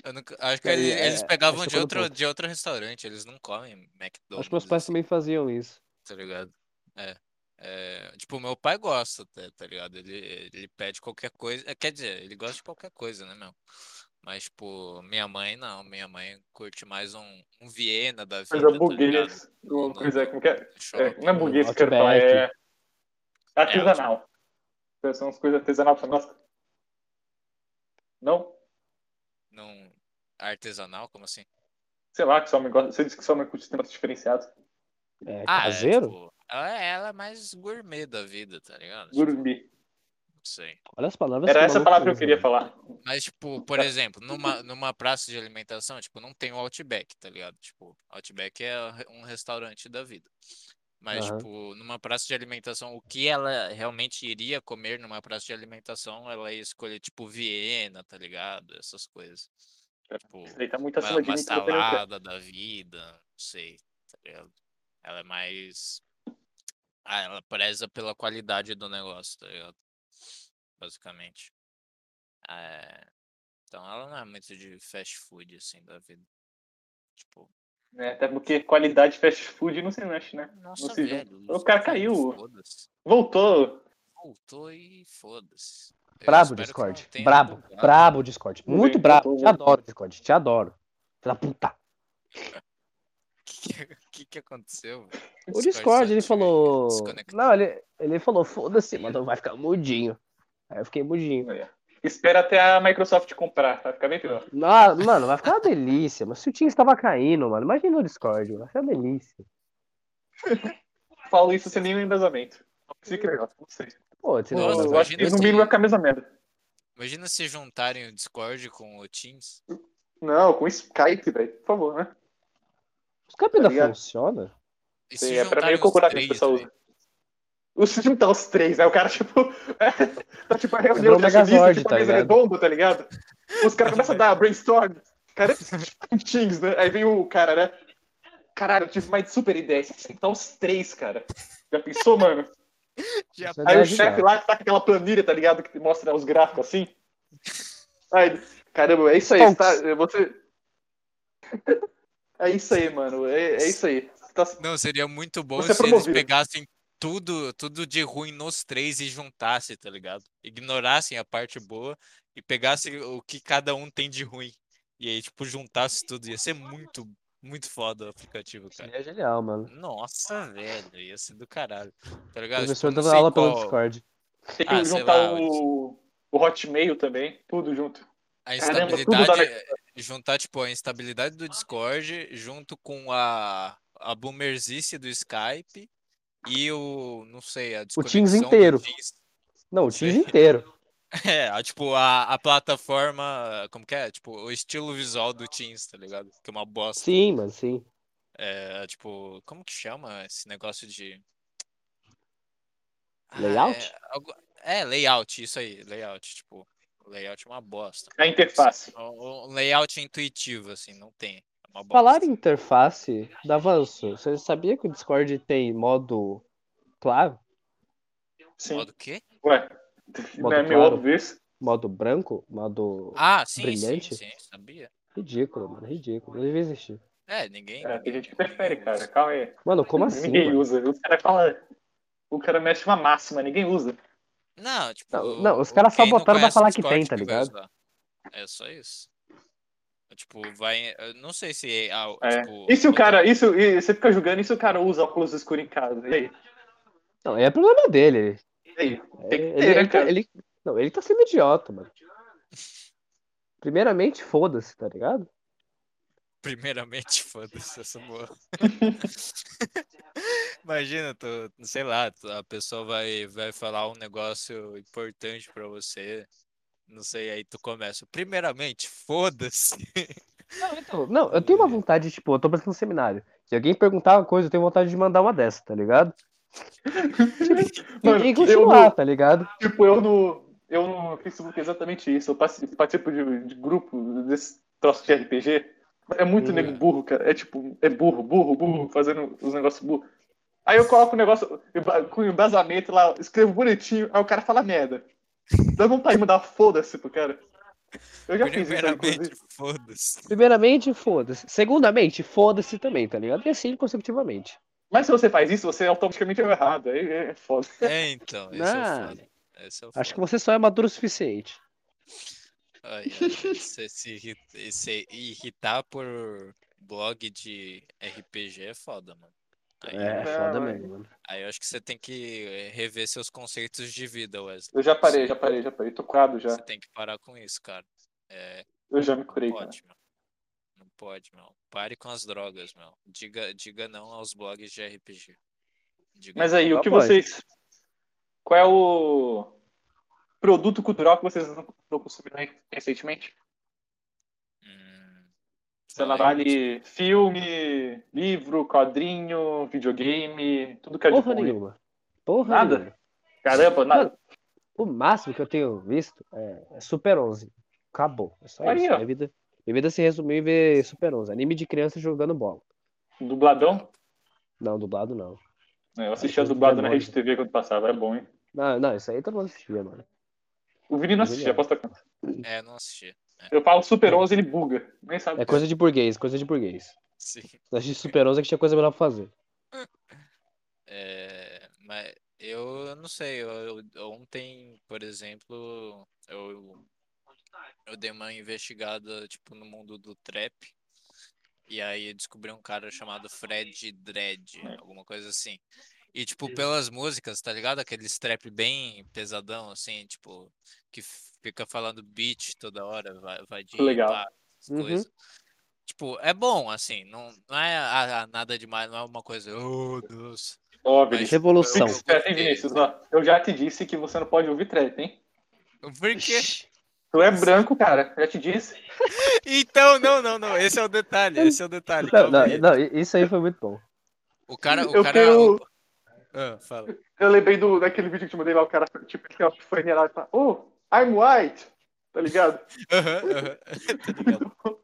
A: Eu nunca- acho que
C: Aí,
A: ele-
C: é,
A: eles pegavam
C: acho que
A: de
C: eu tô no
A: outro,
C: ponto.
A: de outro restaurante, eles não comem McDonald's.
C: Acho que meus pais
A: assim.
C: também faziam isso.
A: Tá ligado? É. É, tipo, meu pai gosta, tá, tá ligado? Ele, ele pede qualquer coisa. é, Quer dizer, ele gosta de qualquer coisa, né, meu? Mas, tipo, minha mãe não. Minha mãe curte mais um, um Viena da
B: Coisa
A: vida, tá ligado?
B: burguesa.
A: No,
B: Uma
A: no,
B: coisa,
A: no
B: como que é? É,
A: shopping.
B: não é burguesa que eu quero falar,
C: Outback.
B: é artesanal. São as coisas artesanal pra nós. Não?
A: Num artesanal, como assim?
B: Sei lá, que sua mãe gosta. Você disse que sua mãe curte temas diferenciados.
C: É
A: Ah, é,
C: caseiro?
A: tipo, ela ela é mais gourmet da vida, tá ligado? Tipo,
B: Gourmet.
A: não sei.
C: Olha as palavras
B: Era
C: que o
B: essa
C: maluco
B: palavra que eu
C: usa,
B: queria
C: mano.
B: falar.
A: Mas, tipo, por exemplo, numa, numa praça de alimentação, tipo, não tem o Outback, tá ligado? Tipo, Outback é um restaurante da vida. Mas,
C: Aham.
A: tipo, numa praça de alimentação, o que ela realmente iria comer numa praça de alimentação, ela ia escolher, tipo, Viena, tá ligado? Essas coisas. Tipo,
B: Isso daí tá muito
A: uma,
B: acima de
A: uma
B: mim que você não quer.
A: salada da vida, não sei, tá ligado? Ela é mais. Ah, ela preza pela qualidade do negócio, tá ligado? Basicamente. É. Então ela não é muito de fast food, assim, da vida. Tipo,
B: Né? Até porque qualidade fast food não se mexe, né?
A: nossa,
B: se
A: velho,
B: junta. O
A: voltou
B: cara
A: e
B: caiu.
A: Foda-se.
B: Voltou.
A: Voltou e foda-se. Eu
C: Brabo,
A: espero que não
C: Discord.
A: tenha
C: Brabo.
A: bugado.
C: Brabo, Discord.
B: Tudo
C: Muito
B: bem,
C: brabo.
B: voltou,
C: Te
B: voltou.
C: adoro, Discord. Te adoro. Filha da puta.
A: O que, que- que que aconteceu? velho?
C: O
A: só
C: Discord, ele
A: te
C: falou.
A: desconectou.
C: Não, ele, ele falou, foda-se, mano, vai ficar mudinho. Aí eu fiquei mudinho.
B: Espera até a Microsoft comprar, vai ficar bem pior.
C: Ah, mano, vai ficar uma delícia. Mas se o time estava caindo, mano, imagina o Discord, vai ficar uma delícia.
B: Falo isso sem nenhum embasamento. Não que legal, não sei.
C: Pô, você
A: Nossa,
B: eu
C: não...
B: acho que no mínimo vai ficar a mesma merda.
A: Imagina se juntarem o Discord com o Teams.
B: Não, com Skype, velho, por favor, né?
C: o Skype
B: Tá
C: ainda
B: ligado?
C: funciona?
A: E se
B: Sim, é pra
A: juntarem
B: meio
A: os
B: concordar com o
A: três, tá
B: pessoal.
A: velho?
B: O Steam tá os três, aí o cara, tipo, tá tipo a
C: Virou
B: reunião
C: um
B: de acionista,
C: Megazord,
B: tipo
C: tá
B: a mesa
C: ligado?
B: redonda, tá ligado? Os caras começam a dar brainstorm. Cara, em Teams, né? Aí vem o cara, né? Caralho, eu tive uma super ideia. Então os três, cara. Já pensou, mano?
A: Já
C: Isso é
B: Aí o
C: verdade,
B: chefe
C: cara.
B: lá tá com aquela planilha, tá ligado? Que mostra os gráficos assim. Aí, ele, caramba, é isso aí.
C: Fontes.
B: Tá, você... É isso aí, mano. É, é isso aí. Você tá-
A: Não, seria muito bom
B: Você é
A: se eles
B: promovido.
A: pegassem tudo, tudo de ruim nos três e juntassem, tá ligado? Ignorassem a parte boa e pegassem o que cada um tem de ruim. E aí, tipo, juntasse tudo. Ia ser muito, muito foda o aplicativo, cara.
C: Seria é genial, mano.
A: Nossa, velho, ia ser do caralho. Tá
C: O
A: ligado?
C: professor
A: Tipo, não
C: dando
A: sei
C: aula pelo
A: qual-
C: Discord.
B: Tem que
A: Ah, sei
B: juntar
A: lá,
B: o, o Hotmail também, tudo junto.
A: A
B: Caramba,
A: instabilidade.
B: tudo dá
A: Juntar, tipo, a instabilidade do Discord junto com a, a boomerzice do Skype e o. Não sei, a
C: Teams
A: desconexão do
C: inteiro.
A: Teams.
C: Não, o
A: Sei.
C: time inteiro.
A: É, a- tipo, a, a plataforma, como que é? Tipo, o estilo visual do Teams, tá ligado? Que é uma bosta.
C: Sim, mano, sim.
A: É, tipo, como que chama esse negócio de... Ah,
C: Layout?
A: é, algo- é, layout, isso aí, layout, tipo, layout é uma bosta.
B: A interface.
A: Um um layout intuitivo, assim, não tem, é uma bosta.
C: Falar em interface, dá avanço. Você sabia que o Discord tem modo claro,
B: Sim.
A: Modo quê?
B: Ué, não é
C: Modo
B: meio
C: claro.
B: óbvio isso?
C: modo branco, modo
A: Ah, sim,
C: Brilhante?
A: sim, sim, sabia.
C: ridículo, mano, ridículo. Não devia existir.
A: É, ninguém...
B: É, tem gente que
A: ninguém
B: prefere,
A: usa.
B: cara. Calma aí.
C: Mano, como assim?
B: ninguém
C: Mano?
B: usa. O cara fala. O cara mexe uma máxima, ninguém usa.
A: Não, tipo,
C: Não, não, os
A: o-
C: caras
A: quem não
C: sabotaram
A: conhece
C: pra
A: o
C: falar que
A: Discord
C: tem, tá
A: vai
C: ligado?
A: usar. É só isso. É, Tipo, vai. eu Não sei se. é, ah,
B: É.
A: tipo,
B: E se o
A: outra-
B: cara. Isso, e você fica julgando, e se o cara usa óculos escuros em casa? E aí?
C: Não, é problema dele.
B: E aí?
C: É,
B: Tem que
C: ele,
B: ter, né,
C: ele tá,
B: cara?
C: ele- não, ele tá sendo idiota, mano. Primeiramente, foda-se, tá ligado?
A: Primeiramente, foda-se essa boa. Imagina, tu, sei lá, tu- a pessoa vai, vai falar um negócio importante pra você. Não sei, aí tu começa. Primeiramente, foda-se.
C: Não, então, não, eu tenho uma vontade, tipo, eu tô pensando no seminário. Se alguém perguntar uma coisa, eu tenho vontade de mandar uma dessa, tá ligado? E,
B: Mano,
C: e
B: eu
C: continuar,
B: no,
C: tá ligado?
B: tipo, eu no. Eu no Facebook é exatamente isso. Eu passe- participo de, de grupo desse troço de RPG. É muito
C: Hum.
B: nego burro, cara. É tipo, é burro, burro, burro, fazendo os negócios burro. Aí eu coloco o negócio emba- com embasamento lá, escrevo bonitinho, aí o cara fala merda. Dá vontade de mandar foda-se pro cara. Eu já fiz isso,
A: Primeiramente,
B: inclusive.
A: foda-se.
C: Primeiramente, foda-se. Segundamente, foda-se também, tá ligado? E assim consecutivamente.
B: Mas se você faz isso, você automaticamente é o errado. Aí é foda.
A: É, então, esse é
C: Não.
A: o foda. Esse é o
C: Acho que
A: foda.
C: você só é maduro o suficiente.
A: Ai, ai, se, se irri- se irritar por blog de RPG é foda, mano. Aí,
C: É, foda mesmo, mano.
A: aí eu acho que você tem que eh, rever seus conceitos de vida, Wesley.
B: Eu já parei, já parei, já parei. Tô curado já.
A: Você tem que parar com isso, cara. É,
B: Eu já me
A: não
B: curei, cara.
A: pode, meu. Não pode, meu. Pare com as drogas, meu. Diga, diga não aos blogs de RPG. Diga
B: Mas
A: não.
B: aí, o
C: Tá
B: que
C: bom.
B: vocês. Qual é o produto cultural que vocês estão consumindo aí recentemente?
A: Hum,
B: Sei lá,
A: fala aí,
B: vale filme, livro, quadrinho, videogame, tudo que é de
C: Porra
B: bom.
C: nenhuma. Porra
B: Nada?
C: nenhuma.
B: Caramba, nada.
C: Mano, O máximo que eu tenho visto é, é Super 11. Acabou. É só
B: Aí,
C: isso.
B: ó.
C: Minha vida, minha vida se resumiu em ver Super 11. Anime de criança jogando bola.
B: Dubladão?
C: Não, dublado não.
B: É, eu assistia
C: Acho que
B: dublado na
C: demora.
B: Rede TV quando passava, é bom, hein?
C: Não, não, isso aí todo mundo assistia, mano.
B: O Vini não assistia,
C: Legal.
B: aposta quanto.
A: É, não assisti.
B: Eu falo Super 11 ele buga. Nem sabe.
C: É coisa de burguês, coisa de burguês.
A: Sim.
C: Nós de Super 11 é que tinha coisa melhor pra fazer.
A: É, mas eu não sei, eu, eu- ontem, por exemplo, eu, eu dei uma investigada, tipo, no mundo do trap, e aí eu descobri um cara chamado Fred Dredd, alguma coisa assim. E, tipo, pelas músicas, tá ligado? Aqueles trap bem pesadão, assim, tipo, que, f- fica falando beat toda hora, vai, vai de
B: Legal.
A: pá, essas
C: Uhum.
A: coisas. Tipo, é bom, assim, não, não é ah, ah, nada demais, não é uma coisa, oh, Deus.
B: Ó,
A: Mas-
B: Vinícius.
C: Revolução.
A: Não.
B: Espera, hein, Vinícius? Ó, eu já te disse que você não pode ouvir trap, hein?
A: Por quê?
B: Tu é branco, cara. Já te disse.
A: Então, não, não, não, esse é o detalhe, esse é o detalhe.
C: Não, não,
A: calma aí.
C: não, isso aí foi muito bom.
A: O cara, o
B: Eu
A: cara... é
B: tenho-
A: o- Ah, fala.
B: Eu lembrei do, daquele vídeo que eu te mandei lá, o cara, tipo, que é uma epifania lá e fala, oh, I'm white, tá ligado?
A: Aham, aham. Tá ligado?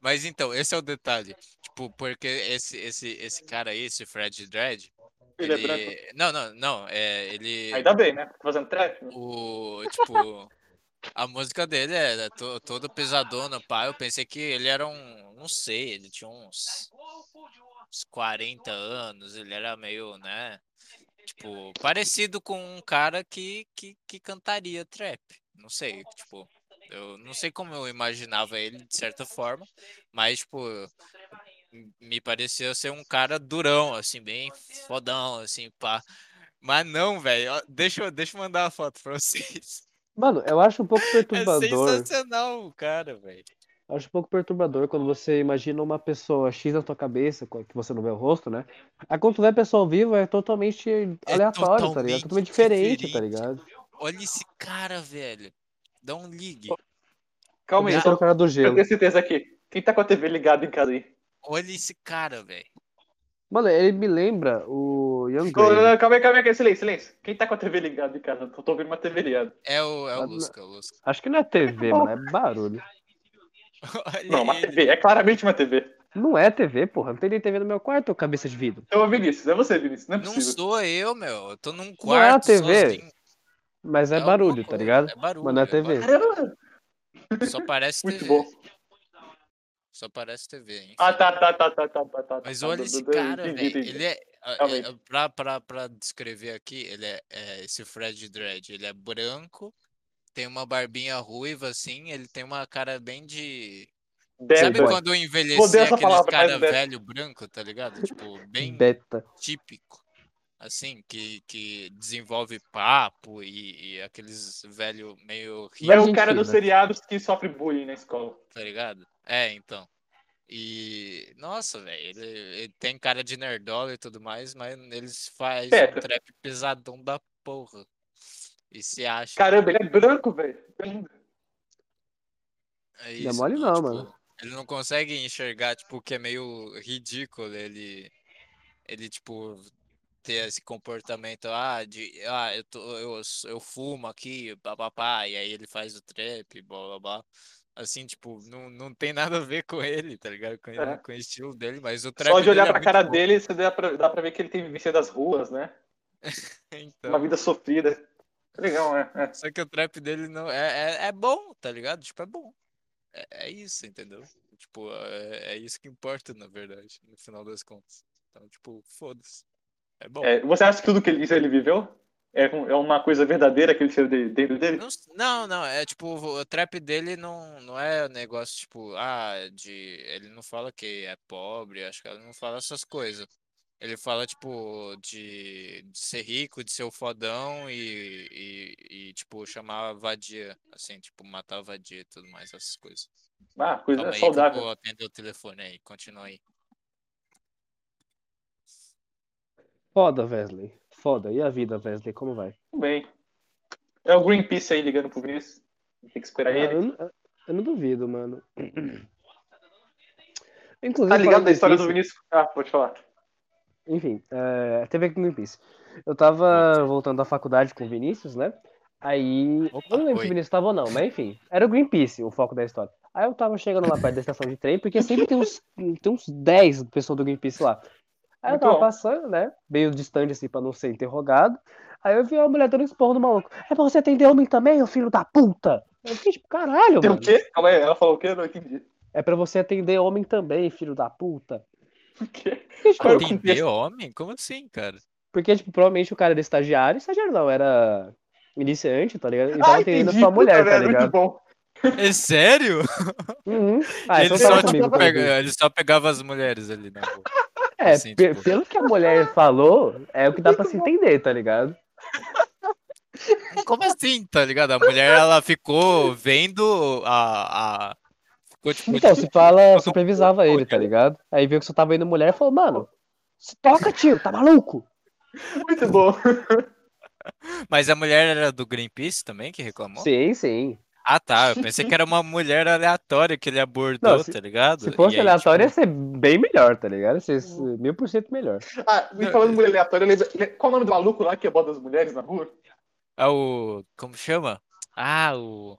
A: Mas então, esse é o detalhe. Tipo, porque esse, esse, esse cara aí, esse Fred Dredd,
B: Ele é branco.
A: Não, não, não. É, ele.
B: Ainda bem, né? Tá fazendo trap, né?
A: O, tipo, a música dele era to- toda pesadona, pá. Eu pensei que ele era um. Não sei, ele tinha uns. Uns 40 anos, ele era meio, né? Tipo, parecido com um cara que, que, que cantaria trap. Não sei, tipo. Eu não sei como eu imaginava ele de certa forma, mas, tipo, me pareceu ser um cara durão, assim, bem fodão, assim, pá. Mas não, velho. ó, Deixa, eu- deixa eu mandar a foto pra vocês.
C: Mano, eu acho um pouco
A: É
C: perturbador.
A: sensacional o cara, velho.
C: Acho um pouco perturbador quando você imagina uma pessoa X na tua cabeça, co- que você não vê o rosto, né? Aí quando tu vê a pessoa ao vivo é totalmente aleatório, tá
A: totalmente
C: ligado? Totalmente diferente, tá
A: diferente.
C: ligado?
A: Olha esse cara, velho. Dá um ligue.
B: Calma aí,
C: Esse é o
B: só
C: cara do
B: eu
C: gelo.
B: tenho certeza aqui. Quem tá com a TV ligada em casa aí?
A: Olha esse cara, velho.
C: Mano, ele me lembra o Young
B: Não, não,
C: Grey.
B: não, calma aí, calma aí, silêncio, silêncio. Quem tá com a TV ligada em casa? Eu tô ouvindo uma TV ligada.
A: É o, é o
C: Mas-
A: Lusca, o Lusca.
C: Acho que não é TV, mano, é barulho.
A: Olha
B: Não, uma
A: ele.
B: TV, é claramente uma TV.
C: Não é TV, porra. Não tem nem TV no meu quarto, ô cabeça de vidro.
B: Então, ô, Vinícius, é você, Vinícius, não é
A: Não
B: possível.
A: sou eu, meu. Eu tô num
C: Não é a
A: quarto
C: TV,
A: sozinho.
C: Mas é
A: alguma
C: barulho, tá
A: coisa,
C: ligado?
A: É barulho.
C: Mas não é
A: é
C: TV.
A: barulho.
B: Caramba,
A: Só parece
B: Muito
A: TV.
B: bom.
A: Só parece TV, hein?
B: Ah, tá, tá, tá, tá, tá, tá, tá.
A: Mas
B: tá,
A: olha
B: tá,
A: esse
B: tá, tá,
A: cara,
B: entendi,
A: velho.
B: entendi.
A: Ele é. é,
B: Realmente.
A: é, Pra, pra, pra descrever aqui, ele é, é esse Fred Dredd. Ele é branco, tem uma barbinha ruiva assim, ele tem uma cara bem de.
B: Bad
A: Sabe
B: boy.
A: quando eu envelheci
B: Odeio essa
A: aqueles
B: palavra,
A: cara
B: mas bad.
A: velho branco, tá ligado? Tipo, bem
C: Beta.
A: típico. Assim, que, que desenvolve papo e, e aqueles velho meio
B: É
A: hippie,
B: o
C: Gente
B: cara dos
C: fina.
B: seriados que sofre bullying na escola.
A: tá ligado? É, então. E, nossa, velho, ele, ele tem cara de nerdola e tudo mais, mas eles faz um
B: Certo.
A: trap pesadão da porra. E se acha.
B: Caramba, ele é branco, velho.
A: É
C: Não é
A: isso,
C: mole
A: então,
C: não,
A: tipo,
C: mano.
A: Ele não consegue enxergar, tipo, que é meio ridículo ele, ele tipo, ter esse comportamento, ah, de, ah, eu, tô, eu, eu fumo aqui, papapá, e aí ele faz o trap, blá, blá, blá. Assim, tipo, não, não tem nada a ver com ele, tá ligado? Com,
B: É.
A: com o estilo dele, mas o trap
B: Só de olhar
A: dele é
B: pra
A: muito
B: cara
A: bom,
B: dele, você dá pra, dá pra ver que ele tem vivência das ruas, né?
A: então.
B: Uma vida sofrida. Legal, né? É.
A: Só que o trap dele não é, é, é bom, tá ligado? Tipo, é bom. É, é isso, entendeu? Tipo, é, é isso que importa, na verdade, no final das contas. Então, tipo, foda-se. É bom.
B: É, você acha que tudo que ele disse ele viveu? É, um- é uma coisa verdadeira que ele tirou de- dentro dele?
A: Não, s- não, não, é tipo, o trap dele não, não é um negócio, tipo, ah, de. Ele não fala que é pobre, acho que ele não fala essas coisas. Ele fala, tipo, de, de ser rico, de ser o fodão e, e, e, tipo, chamar a vadia, assim, tipo, matar a vadia e tudo mais, essas coisas.
B: Ah, coisa
A: Calma aí, que eu
B: saudável.
A: vou atender o telefone aí, continua aí.
C: Foda, Wesley. Foda. E a vida, Wesley? Como vai?
B: Tudo bem. É o Greenpeace aí ligando pro Vinícius. Tem que esperar
C: Ah,
B: ele.
C: eu, não- eu não duvido, mano. Inclusive,
B: Tá ligado
C: falando
B: da história do
C: Greenpeace-
B: Vinícius? Ah, pode falar.
C: Tá Enfim, é, teve aqui com Greenpeace. Eu tava voltando da faculdade com o Vinícius, né? Aí.
A: Opa,
C: eu não lembro
A: oi.
C: se o Vinícius tava ou não, mas enfim. Era o Greenpeace o foco da história. Aí eu tava chegando lá perto da estação de trem, porque sempre tem uns, tem uns 10 pessoas do Greenpeace lá. Aí eu
B: Muito
C: tava
B: bom.
C: passando, né? Meio distante assim pra não ser interrogado. Aí eu vi a mulher dando esporro do maluco. É pra você atender homem também, ô filho da puta? Eu fiquei tipo, caralho,
B: Tem
C: mano.
B: o quê? Calma aí, ela falou o quê? Eu não entendi.
C: É pra você atender homem também, filho da puta.
B: O quê?
C: Porque, tipo,
B: Qual era o
A: Atender homem? Como assim, cara?
C: Porque, tipo, provavelmente o cara era estagiário, estagiário não, era iniciante, tá ligado? E
B: Ah,
C: tava atendendo sua mulher,
B: Puta,
C: tá
B: velho,
C: ligado?
B: Muito bom.
A: É sério?
C: Uhum. Ah,
A: ele,
C: então
A: só,
C: tava
A: tipo,
C: comigo.
A: pega-
C: comigo.
A: ele só pegava as mulheres ali na rua.
C: É,
A: assim,
C: pe-
A: tipo-
C: pelo que a mulher falou, é o que dá pra se entender, tá ligado?
A: Como assim, tá ligado? A mulher, ela ficou vendo a... a- Ficou, tipo,
C: Então, se fala,
A: Passou
C: supervisava ele, tá ligado? Aí viu que só tava indo mulher e falou, mano, se toca, tio, tá maluco?
B: Muito bom.
A: Mas a mulher era do Greenpeace também que reclamou?
C: Sim, sim.
A: Ah, tá. Eu pensei que era uma mulher aleatória que ele abordou,
C: Não, se-
A: tá ligado?
C: Se
A: E
C: fosse
A: aí,
C: aleatório, ia
A: tipo,
C: ser bem melhor, tá ligado? Ia ser s- mil por cento melhor.
B: Ah, me falando de mulher aleatória, eu lembro- le- qual é o nome do maluco lá que aborda as mulheres na rua?
A: é o. Como chama? Ah, o.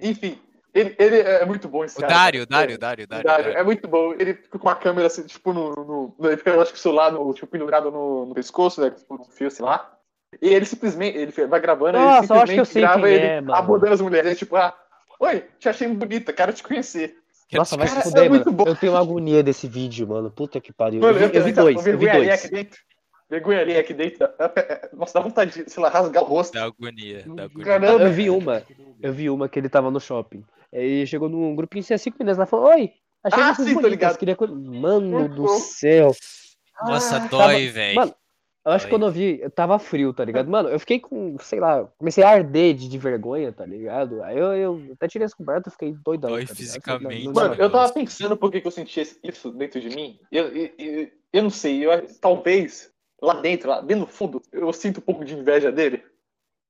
B: Enfim, ele, ele é muito bom esse
A: O
B: cara.
A: Dário,
B: É,
A: Dário, Dário, Dário,
B: Dário,
A: Dário.
B: é muito bom. Ele fica com a câmera assim, tipo, no. no- no- ele fica, eu acho que o celular, no, tipo, pendurado no, no pescoço, né? Tipo, no fio, sei lá. E ele simplesmente. Ele vai gravando, ele
C: Nossa, eu acho
B: simplesmente
C: que eu sei
B: grava
C: quem
B: ele
C: é, mano.
B: abordando as mulheres. Ele, tipo, ah, oi, te achei bonita, quero te conhecer.
C: Nossa, vai se
B: cara é
C: fuder,
B: muito
C: mano.
B: bom.
C: Eu tenho uma agonia desse vídeo, mano. Puta que pariu.
B: Mano,
C: eu, vi, eu vi
B: tá-
C: dois, eu vi
B: vergonharia
C: dois.
B: aqui dentro. Vergonharia aqui dentro. dá- dá- é- Nossa, dá vontade de, sei lá, rasgar o rosto.
A: Da agonia, da agonia.
B: Caramba.
C: Eu vi uma, eu vi uma que ele tava no shopping. Aí chegou num grupinho, tinha cinco meninas lá, falou, oi, achei
B: Ah,
C: vocês
B: sim, tô
C: bonitas,
B: ligado.
C: queria... co-" Mano
B: Muito
C: do
B: bom.
C: céu.
A: Nossa,
B: Ah,
A: dói, velho.
C: Mano, eu acho que quando eu vi, eu tava frio, tá ligado? Mano, eu fiquei com, sei lá, comecei a arder de, de vergonha, tá ligado? Aí eu, eu até tirei as cobertas e fiquei doidão.
A: Dói
C: tá ligado?
A: fisicamente,
C: Não- não-
B: Mano,
C: não-
B: eu tava pensando por que, que eu sentia isso dentro de mim. Eu, eu, eu, eu não sei, eu, talvez lá dentro, lá dentro no fundo, eu sinto um pouco de inveja dele.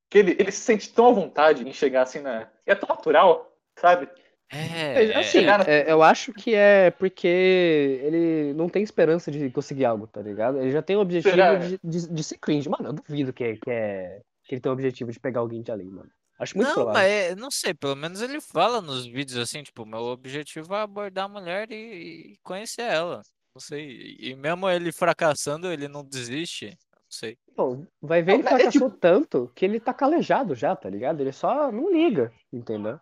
B: Que ele, ele se sente tão à vontade em chegar assim na. É tão natural, sabe?
A: É,
B: assim,
A: é,
B: cara,
C: É, eu acho que é porque ele não tem esperança de conseguir algo, tá ligado? Ele já tem o objetivo
B: Será?
C: de, de, de ser cringe. Mano, eu duvido que, que, é, que ele tem o objetivo de pegar alguém de além, mano. Acho muito
A: Não,
C: provável.
A: mas é- não sei, pelo menos ele fala nos vídeos assim, tipo, meu objetivo é abordar a mulher e, e conhecer ela. Não sei. E mesmo ele fracassando, ele não desiste. Não sei.
C: Bom, vai ver, ele
B: Não, é
C: fracassou tanto que ele tá calejado já, tá ligado? Ele só não liga, entendeu?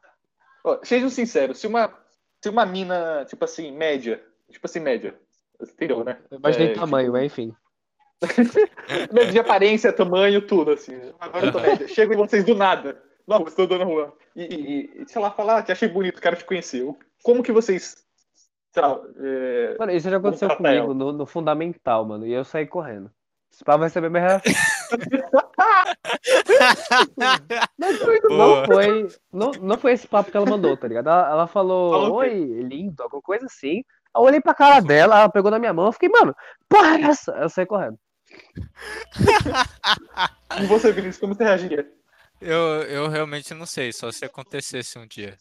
B: Ó, sejam sinceros, se uma, se uma mina, tipo assim, média. Tipo assim, média. Entendeu, né?
C: Mas
B: É,
C: nem tamanho, mas enfim.
B: Média de aparência, tamanho, tudo, assim. Agora eu tô média. Chego em vocês do nada. Não, estou dando rua. E, e, e, sei lá, falar, te achei bonito, quero te conhecer. O- Como que vocês. Sei lá, é,
C: Mano, isso já aconteceu
B: Vamos tratar
C: comigo no, no fundamental, mano. E eu saí correndo. Esse pá vai saber minha reação. Mas
A: Boa.
C: não foi, não, não foi esse papo que ela mandou, tá ligado? Ela, ela falou,
B: Falou o quê?
C: oi, lindo, alguma coisa assim. Eu olhei pra cara dela, ela pegou na minha mão, eu fiquei, mano, porra é essa? Eu saí correndo.
B: E você, Vinícius, como você reagiria?
A: Eu, eu realmente não sei, só se acontecesse um dia.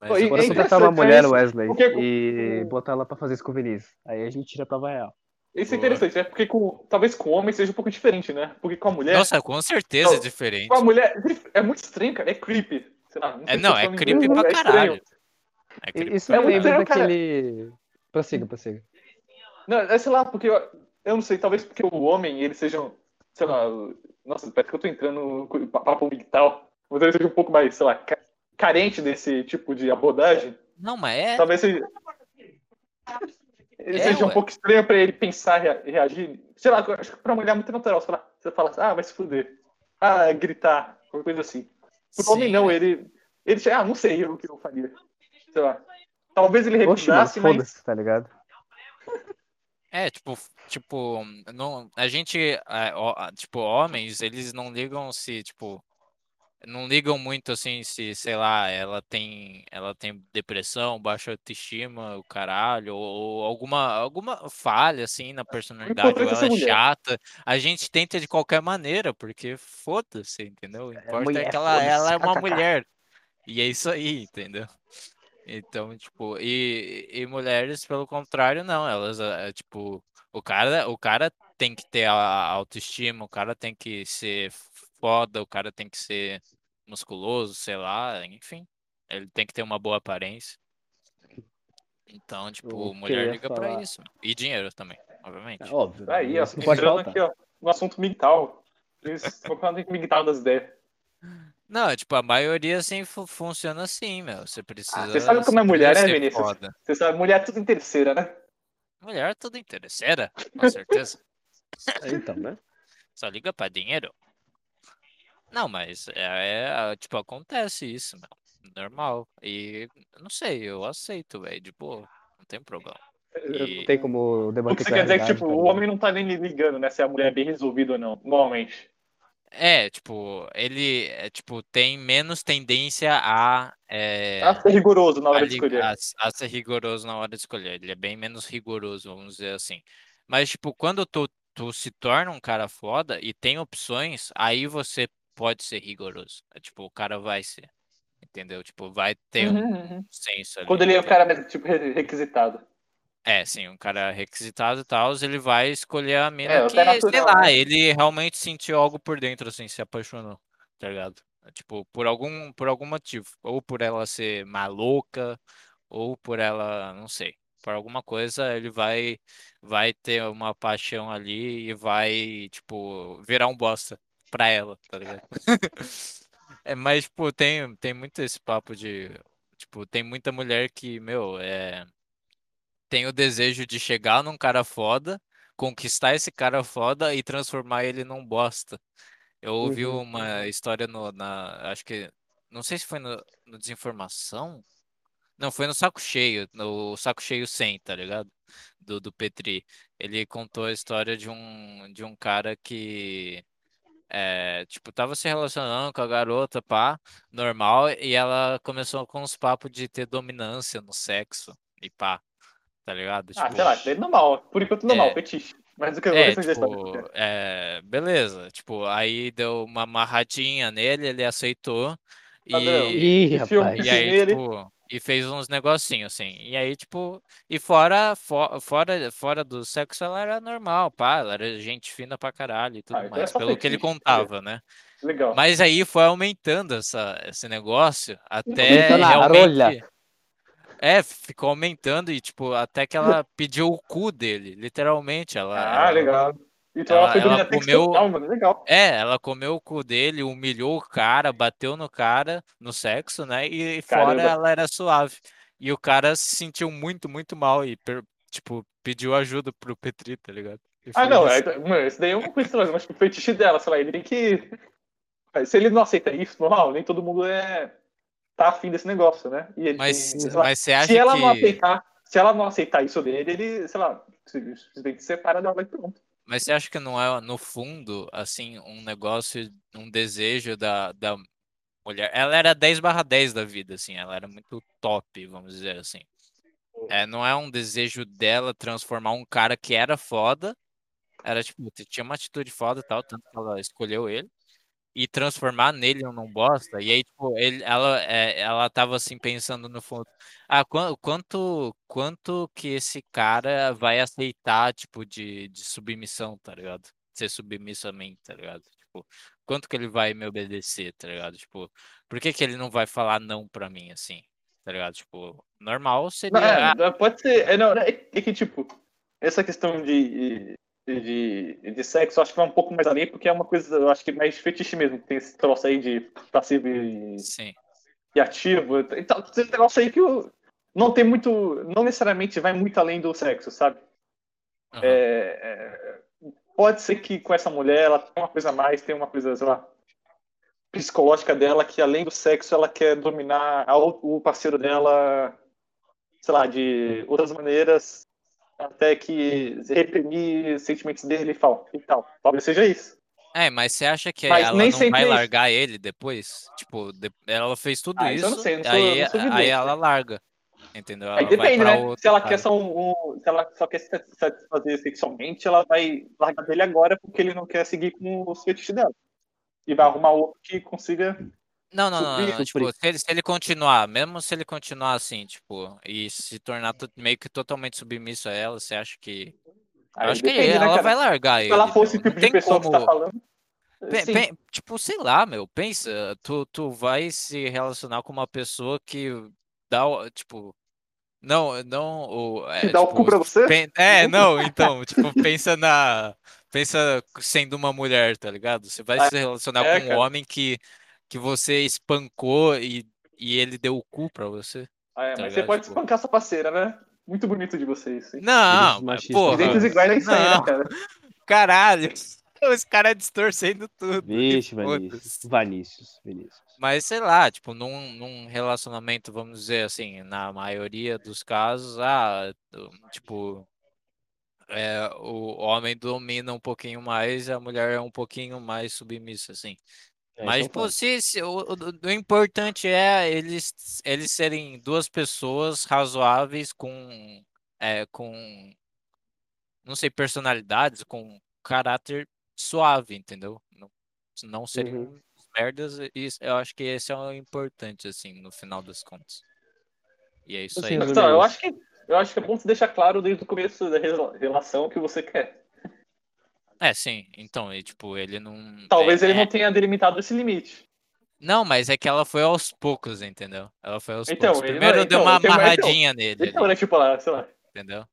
A: Mas
B: Pô,
A: eu-
B: e-
C: Agora
B: é
C: eu contratar uma
B: interessante, é
C: mulher,
B: isso.
C: Wesley,
B: Porque-
C: e botar ela pra fazer isso com o Vinícius. Aí a gente tira pra real.
B: Isso é
A: Boa.
B: interessante, né? Porque com, talvez com o homem seja um pouco diferente, né? Porque com a mulher.
A: Nossa, com certeza é
B: Não,
A: diferente.
B: Com a mulher. É muito estranho, cara. É creepy. Sei lá,
A: É,
B: sei se
A: não,
B: eu
A: é
B: falo
A: creepy
B: inglês,
A: pra
B: é estranho.
A: caralho. É creepy
C: E- Isso
A: pra
C: me
B: É um
A: caralho.
C: lembra
B: cara-
C: daquele... Prossiga, prossiga.
B: Não, é, sei lá, porque eu, eu não sei, talvez porque o homem, ele seja, um, sei lá, o- nossa, parece que eu tô entrando no cu- pa- papo militar, mas ele seja um pouco mais, sei lá, ca- carente desse tipo de abordagem.
A: Não, mas é.
B: Talvez seja, ele
A: É,
B: seja um
A: ué.
B: pouco estranho pra ele pensar e rea- e reagir. Sei lá, eu acho que pra mulher é muito natural, sei lá, você fala assim, ah, vai se fuder, ah, gritar, qualquer coisa assim. Pro
A: sim,
B: homem não,
A: é.
B: ele, ele, chega, ah, não sei o que eu faria, sei lá. Talvez ele
C: Oxe, mano,
B: recusasse, mas...
C: foda-se, tá ligado?
A: É, tipo, f- tipo, não, a gente, é, ó, a- tipo, homens, eles não ligam se, tipo, não ligam muito assim se, sei lá, ela tem, ela tem depressão, baixa autoestima, o caralho, ou, ou alguma, alguma falha assim na personalidade, ou
B: importante é
A: ela
B: ser
A: é
B: mulher.
A: chata. A gente tenta de qualquer maneira, porque foda-se, entendeu? O importa é
C: mulher,
A: que ela, ela é uma
C: foda-se, kkk.
A: mulher. E é isso aí, entendeu? Então, tipo, e, e mulheres, pelo contrário, não, elas, é, tipo, o cara, o cara tem que ter a autoestima, o cara tem que ser foda, o cara tem que ser musculoso, sei lá, enfim. Ele tem que ter uma boa aparência. Então, tipo,
C: Eu
A: mulher
C: queria
A: liga pra
C: falar-
A: isso. E dinheiro também, obviamente.
C: É óbvio. né?
B: Tá Aí, ó,
C: Isso não pode
B: entrando
C: faltar.
B: aqui, ó, no assunto mental. Eles vão falar do mental das ideias.
A: Não, tipo, a maioria assim fu- funciona assim, meu. Você precisa,
B: Ah, você sabe como
A: você
B: é mulher,
A: precisa
B: né,
A: ser
B: Vinícius?
A: foda.
B: Você sabe, mulher é tudo interesseira, né?
A: Mulher é toda interesseira, com certeza.
C: Então, né?
A: Só liga pra dinheiro. Não, mas é, é, tipo, acontece isso, meu. Normal. E eu não sei, eu aceito, velho, de boa. Não tem problema.
C: Não
A: E
C: tem como
B: O
C: debater
B: que você quer dizer é que,
C: realidade,
B: tipo,
C: tá
B: o
C: ligado?
B: homem não tá nem ligando, né? Se a mulher é bem resolvida ou não, normalmente.
A: É, tipo, ele é, tipo, tem menos tendência a, é, ah,
B: Ah, ser rigoroso na
A: a
B: hora de
A: li-
B: escolher.
A: a s- a ser rigoroso na hora de escolher. Ele é bem menos rigoroso, vamos dizer assim. Mas, tipo, quando tu, tu se torna um cara foda e tem opções, aí você pode ser rigoroso. É, tipo, o cara vai ser. Entendeu? Tipo, vai ter um
B: Uhum, uhum.
A: senso ali. tá
B: Quando ele é o
A: entendeu?
B: cara mesmo, tipo, re- requisitado.
A: É, sim, um cara requisitado e tal, ele vai escolher a mina
B: É, o
A: que,
B: cara
A: sei
B: natural,
A: lá,
B: né?
A: ele realmente sentiu algo por dentro, assim, se apaixonou, tá ligado? É, Tipo, por algum, por algum motivo. Ou por ela ser maluca, ou por ela, não sei, por alguma coisa, ele vai, vai ter uma paixão ali e vai, tipo, virar um bosta pra ela, tá ligado? É, mas, tipo, tem, tem muito esse papo de, tipo, tem muita mulher que, meu, é tem o desejo de chegar num cara foda, conquistar esse cara foda e transformar ele num bosta. Eu ouvi
C: Uhum.
A: uma história no, na, acho que, não sei se foi no, no Desinformação, não, foi no Saco Cheio, no Saco Cheio 100, tá ligado? Do, do Petri. Ele contou a história de um, de um cara que, é, tipo, tava se relacionando com a garota, pá, normal, e ela começou com uns papos de ter dominância no sexo, e pá, tá ligado?
B: Ah,
A: Tipo,
B: sei lá, isso daí é normal. Por enquanto, normal,
A: É.
B: fetiche. Mas o que eu vou
A: é,
B: ver são
A: tipo, é, beleza. Tipo, aí deu uma amarradinha nele, ele aceitou
B: Padrão.
A: e,
C: Ih,
B: Enfiou um
C: rapaz.
A: e
B: piercing
A: aí,
B: nele.
A: tipo, e fez uns negocinhos assim. E aí, tipo, e fora, fo- fora, fora do sexo, ela era normal, pá, ela era gente fina pra caralho e tudo
B: Ah, então é
A: mais,
B: só
A: pelo que ele
B: fetiche.
A: contava, né?
B: Legal.
A: Mas aí foi aumentando essa, esse negócio
C: Aumentou
A: até
C: na rolha.
A: realmente. É, ficou aumentando e, tipo, até que ela pediu o cu dele, literalmente. Ela,
B: Ah,
A: ela
B: legal. Então ela
A: ela,
B: foi
A: ela
B: dominante
A: comeu.
B: sexual, mano. Legal.
A: É, ela comeu o cu dele, humilhou o cara, bateu no cara, no sexo, né? E fora
B: Caramba.
A: ela era suave. E o cara se sentiu muito, muito mal e, per- tipo, pediu ajuda pro Petri, tá ligado? E
B: Ah,
A: foi
B: não.
A: isso.
B: é- mano, isso daí é uma coisa estranha. Mas tipo, o fetiche dela, sei lá, ele tem que. Se ele não aceita isso, normal, nem todo mundo é. tá afim desse negócio, né? E ele
A: Mas,
B: tem. sei lá,
A: mas você
B: se
A: acha
B: ela não
A: que.
B: aceitar, se ela não aceitar isso dele, ele, sei lá, se- se tem que separar dela e pronto.
A: Mas você acha que não é, no fundo, assim, um negócio, um desejo da, da mulher? Ela era 10 barra 10 da vida, assim, ela era muito top, vamos dizer assim. É, não é um desejo dela transformar um cara que era foda. Era tipo, t- tinha uma atitude foda e tal, tanto que ela escolheu ele. E transformar nele um não bosta. E aí, tipo, ele, ela, é, ela tava assim pensando no fundo. Ah, quan- quanto, quanto que esse cara vai aceitar, tipo, de, de submissão, tá ligado? Ser submisso a mim, tá ligado? Tipo, quanto que ele vai me obedecer, tá ligado? Tipo, por que que ele não vai falar não pra mim, assim? Tá ligado? Tipo, normal
B: Não,
A: seria.
B: é,
A: ah,
B: não, pode ser. É, não, é, é que, tipo, essa questão de, de, de, de sexo, eu acho que vai um pouco mais além, porque é uma coisa, eu acho que mais fetiche mesmo. Tem esse troço aí de passivo e,
A: sim.
B: e ativo. Então, tem esse negócio aí que eu- não tem muito. Não necessariamente vai muito além do sexo, sabe?
A: aham.
B: É, é, pode ser que com essa mulher ela tem uma coisa a mais, tem uma coisa, sei lá, psicológica dela que além do sexo ela quer dominar a ou- o parceiro dela, sei lá, de outras maneiras, até que reprimir sentimentos dele e tal. E tal. Talvez seja isso.
A: É, mas você acha que
B: Mas
A: ela
B: nem
A: não vai
B: sempre é isso.
A: largar ele depois? Tipo, de- ela fez tudo
B: Ah, isso eu não
A: isso,
B: sei, eu não sou, eu
A: aí,
B: não sou
A: aí
B: vidente.
A: ela larga, entendeu?
B: Aí
A: Ela vai
B: depende,
A: pra
B: né? Se
A: outro
B: ela quer
A: cara.
B: só um, um- se ela só quer se satisfazer sexualmente, ela vai largar dele agora porque ele não quer seguir com os fetiches dela. E vai arrumar outro que consiga
A: Não, não, não,
B: suprir.
A: não, não, Tipo, se ele, se ele continuar, mesmo se ele continuar assim, tipo, e se tornar to- meio que totalmente submisso a ela, você acha que. Eu
B: Aí
A: acho que
B: depende, né,
A: ela vai
B: cara?
A: largar
B: Se ela
A: ele,
B: fosse
A: meu.
B: o
A: Não
B: tipo de
A: tem
B: pessoa que você tá
A: como.
B: falando, eh,
A: Pe-
B: sim.
A: pe- tipo, sei lá, meu, pensa, tu, tu vai se relacionar com uma pessoa que dá, o- tipo, Não, não, o,
B: Que
A: é,
B: dá o cu
A: tipo,
B: pra você?
A: pen- é, não, então, tipo, pensa na, pensa sendo uma mulher, tá ligado? Você vai se relacionar
B: É,
A: com um
B: cara.
A: homem que, que você espancou e, e ele deu o cu pra você,
B: Ah, é,
A: tá
B: mas você
A: ligado?
B: pode
A: Tipo,
B: espancar sua parceira, né? Muito bonito de vocês, hein?
A: não,
C: Gritos
A: mas
B: Direitos
C: machistas
A: porra,
C: agora.
B: iguais é isso aí, né,
A: não,
B: cara?
A: caralho, os caras distorcendo tudo e
C: Vixe, Vinícius.
A: foda-se.
C: Vinícius, Vinícius.
A: Mas sei lá, tipo, num, num relacionamento, vamos dizer assim, na maioria dos casos, ah, tipo, é, o homem domina um pouquinho mais, a mulher é um pouquinho mais submissa, assim.
C: É,
A: Mas,
C: então,
A: tipo, se, se- o, o- o importante é eles, eles serem duas pessoas razoáveis com, é, com, não sei, personalidades, com caráter suave, entendeu? Não, não seriam
B: Uhum.
A: merdas, e isso, eu acho que esse é o importante, assim, no final das contas. E é isso
C: Assim,
A: aí.
B: Mas, então, eu acho que eu acho que é bom você deixar claro desde o começo da rela- relação o que você quer.
A: É, sim, então, e, tipo, ele não...
B: Talvez
A: é-
B: ele
A: é-
B: não tenha delimitado esse limite.
A: Não, mas é que ela foi aos poucos, entendeu? Ela foi aos
B: Então,
A: poucos.
B: ele-
A: Primeiro
B: não,
A: deu
B: então,
A: uma
B: então, então.
A: amarradinha nele, ali,
B: Então, né, tipo lá, sei lá.
A: entendeu?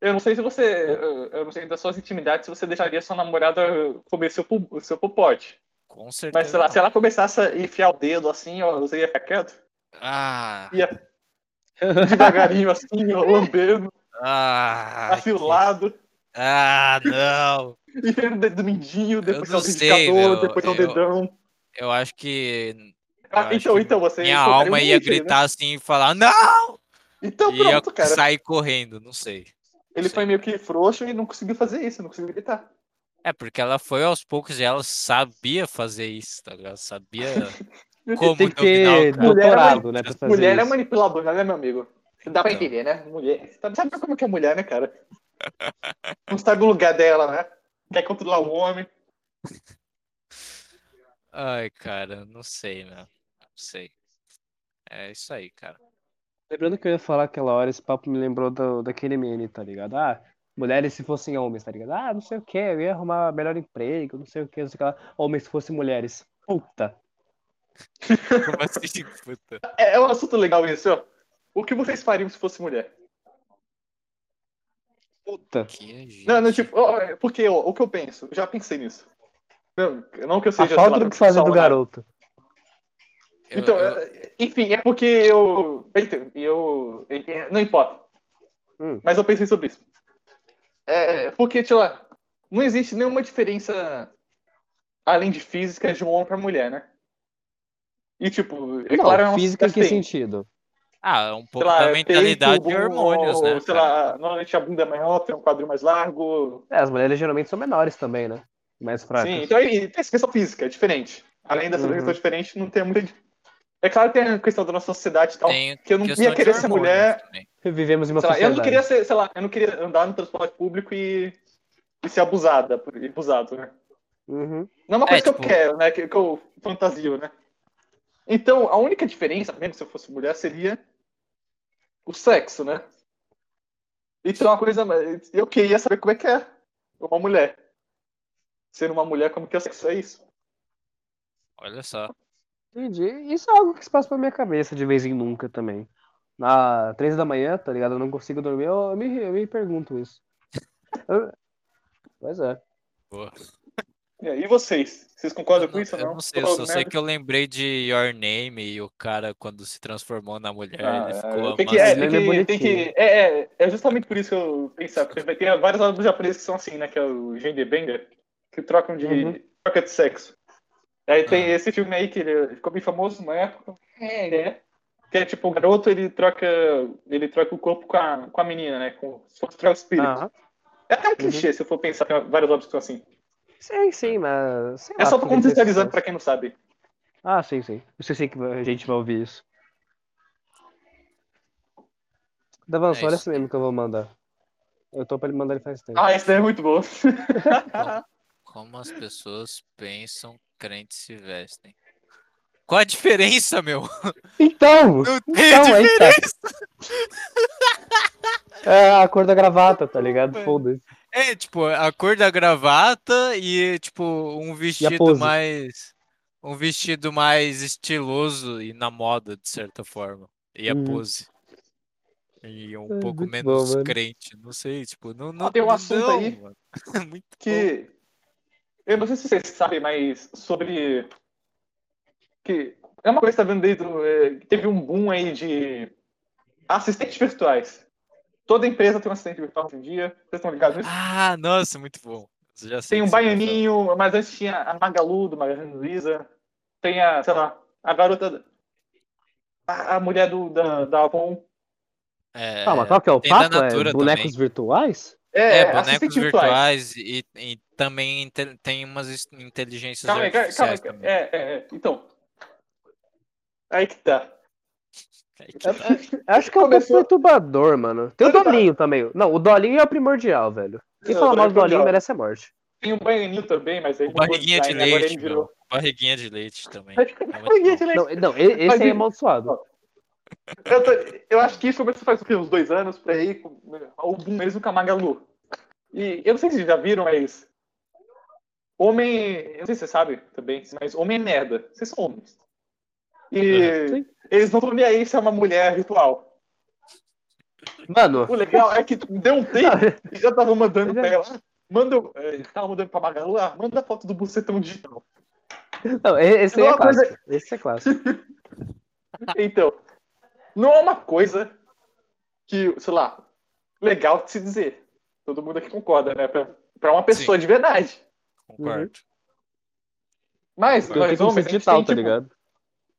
B: Eu não sei se você. Eu, eu não sei das suas intimidades se você deixaria sua namorada eh, comer seu, pu- o seu popote.
A: Com certeza.
B: Mas sei lá,
A: não.
B: se ela começasse a enfiar o dedo assim, ó, você ia ficar quieto?
A: Ah,
B: Devagarinho assim, ó, lambendo,
A: ah,
B: tá afilado,
A: que- ah, não.
B: enfiando o dedo mindinho, depois
A: não
B: é o
A: sei,
B: indicador,
A: meu,
B: depois é o
A: eu-
B: dedão.
A: Eu acho que
B: Ah,
A: acho
B: então,
A: que
B: então, você.
A: minha
B: colocaria
A: alma
B: um
A: ia
B: limite, né?
A: gritar assim e falar, não!
B: Então
A: e ia
B: pronto, cara.
A: sair correndo, não sei.
B: Ele foi meio que frouxo e não conseguiu fazer isso, não conseguiu gritar.
A: É, porque ela foi aos poucos e ela sabia fazer isso, tá ligado? Sabia como
C: tem
A: dominar o cara.
B: Mulher
C: que ter
B: é
C: doutorado, né, pra fazer
B: mulher é
C: isso.
B: manipuladora, né, meu amigo? Dá
A: Então.
B: pra entender, né? Mulher. Sabe sabe como que é mulher, né, cara? Não sabe o lugar dela, né? Quer controlar o homem.
A: Ai, cara, não sei, meu. Não sei. É isso aí, cara.
C: Lembrando que eu ia falar aquela hora, esse papo me lembrou do, daquele meme, tá ligado? Ah, mulheres se fossem homens, tá ligado? Ah, não sei o que, eu ia arrumar melhor emprego, não sei o que, não sei o que lá. Homens se fossem mulheres. Puta.
A: Como assim, puta?
B: É, é um assunto legal isso, ó. O que vocês fariam se fosse mulher?
C: Puta.
A: Que
B: Não, não,
A: gente.
B: tipo, ó, é, porque ó, o que eu penso? Eu já pensei nisso. Não, não que eu
C: A
B: seja. sei
C: falta
B: lá,
C: do que fazer do
B: homossexual, né?
C: garoto.
A: Eu-
B: Então,
A: eu-
B: é, enfim, é porque eu. Eita, eu. é, Não importa.
C: Hum.
B: Mas eu pensei sobre isso. É, porque, sei lá, não existe nenhuma diferença além de física de um homem pra mulher, né? E, tipo, é
C: não,
B: claro, é uma
C: física em que assim, tipo,
B: sociedade tem,
C: sentido?
A: Ah, é um
B: sei
A: pouco
B: lá,
A: da mentalidade
B: peito,
A: e hormônios,
B: bumbum,
A: né?
B: Sei
A: cara?
B: lá, normalmente a bunda é maior, tem um quadril mais largo.
C: É, as mulheres geralmente são menores também, né? Mais fracas.
B: Sim, então e tem essa questão física, é diferente. Além dessa
C: Uhum.
B: questão diferente, não tem muita. di- É claro que tem a questão da nossa sociedade e tal.
A: Tem
B: que eu não
A: questão
B: ia
A: de
B: querer ser
A: hormônios
B: mulher,
A: também.
C: Vivemos em uma
B: Sei lá, eu não
C: sociedade.
B: queria ser, sei lá, eu não queria andar no transporte público e, e ser abusada, por- e abusado, né?
C: Uhum.
B: Não é uma
A: É,
B: coisa que
A: tipo-
B: eu quero, né? Que, que eu fantasio, né? Então, a única diferença, mesmo se eu fosse mulher, seria o sexo, né? Então, uma coisa. Eu queria saber como é que é uma mulher. Sendo uma mulher, como que é o sexo? É isso.
A: Olha só.
C: Entendi. Isso é algo que se passa pela minha cabeça de vez em nunca também. Na três da manhã, tá ligado? Eu não consigo dormir, eu, eu me, eu me pergunto isso. Eu- Pois é.
A: Boa.
B: E aí, vocês? Vocês concordam
A: Eu
B: com
A: não-
B: isso ou
A: eu
B: não? é
A: não sei, eu
B: Tô
A: só
B: falando
A: sei
B: merda.
A: que eu lembrei de Your Name e o cara quando se transformou na mulher,
B: Ah,
A: É, ele ficou
B: tem que,
A: amando.
B: é,
C: Ele
B: tem
C: é
B: que,
A: um
C: bonitinho.
B: tem que- é, é, é justamente por isso que eu pensava, porque vai ter vários álbuns japoneses que são assim, né, que é o Gendebanger, que trocam de,
C: Uhum.
B: troca de sexo. Aí tem
A: Ah.
B: esse filme aí que ele ficou bem famoso na época, é, né, que é tipo, o garoto, ele troca, ele troca o corpo com a, com a menina, né, com, se fosse trocar o espírito.
A: Ah.
C: Aham.
B: É até um
A: Uhum.
B: clichê, se eu for pensar, tem vários álbuns que são assim.
C: Sim, sim, mas. sei
B: É
A: Ah,
C: lá,
B: só pra
C: por que que
B: contextualizar
C: isso-
B: pra quem não sabe.
C: Ah, sim, sim. Eu sei, sei que a gente vai ouvir isso. Davan,
A: É
C: só olha
A: isso.
C: esse meme que eu vou mandar. Eu tô pra ele mandar ele faz tempo.
B: Ah, esse daí é muito bom.
A: Como as pessoas pensam, crentes se vestem. Qual a diferença, meu?
C: Então!
A: Não tem
C: Então, aí tá.
A: diferença.
C: É a cor da gravata, tá ligado? Foda-se.
A: É, tipo, a cor da gravata e, tipo, um vestido
C: pose.
A: mais. Um vestido mais estiloso e na moda, de certa forma. E a
C: Uhum.
A: pose. E um
C: É,
A: pouco
C: muito bom,
A: menos
C: mano.
A: crente, não sei, tipo, não, não
B: tem um assunto
A: não,
B: aí.
A: mano. Muito bom.
B: que eu não sei se vocês sabem, mas sobre que é uma coisa que tá vendo desde o- é, que teve um boom aí de assistentes virtuais. Toda empresa tem um assistente virtual hoje em dia. Vocês estão ligados nisso?
A: Ah, nossa, muito bom. Eu Já sei
B: Tem um
A: que você tá vai falar.
B: baianinho, mas antes tinha a Magalu do Magazine Luiza. Tem a, sei lá, a garota, a, a mulher do, da, da Avon.
A: É,
B: Ah,
C: Calma, qual que é o
A: tem da
C: papo? É
A: Natura
C: bonecos virtuais?
A: É,
B: assistentes
A: bonecos virtuais, e, e também inte- tem umas es- inteligências
B: Calma aí, calma aí, calma aí.
A: artificiais também.
B: É, é, é. Então. Aí que tá.
A: É que-
C: Acho que é o mais
B: Começou-
C: perturbador, mano. Tem o
B: Tá ligado.
C: Dolinho também. Não, o Dolinho é o primordial, velho. Quem
B: Não,
C: fala
B: o
C: mal do
B: Dolinho é o primordial.
C: Dolinho merece a morte.
B: Tem um banhaninho também, mas aí
A: O barriguinha de
B: agora ele
A: leite,
B: virou.
A: meu. Barriguinha de leite também. É muito
B: Barriguinha de
A: bom.
B: leite.
C: Não, não, e- esse
B: Mas
C: aí é
B: e-
C: amaldiçoado.
B: Eu, tô- eu acho que isso começou faz o quê? uns dois anos por aí, com- né, o boom mesmo com a Magalu. E eu não sei se vocês já viram, mas. Homem. Eu não sei se você sabe também, mas homem é merda. Vocês são homens. E
C: Sim.
B: eles não estão nem aí se é uma mulher ritual.
C: Mano,
B: O legal é que tu deu um tempo e já tava mandando pra ela. ah, Manda, o- eh, tava mandando pra Magalu, ah, manda a foto do bucetão digital.
C: não, e- esse aí é
B: Uma coisa- Tipo,
C: clássico. Esse é clássico.
B: Então, não é uma coisa que, sei lá, legal de se dizer. Todo mundo aqui concorda, né? Pra, pra uma pessoa de verdade. uhum.
A: Concordo.
B: Mas
C: Tem
B: nós
C: que ser
B: homens,
C: digital,
B: a gente
C: tá
B: tem, tipo,
C: ligado?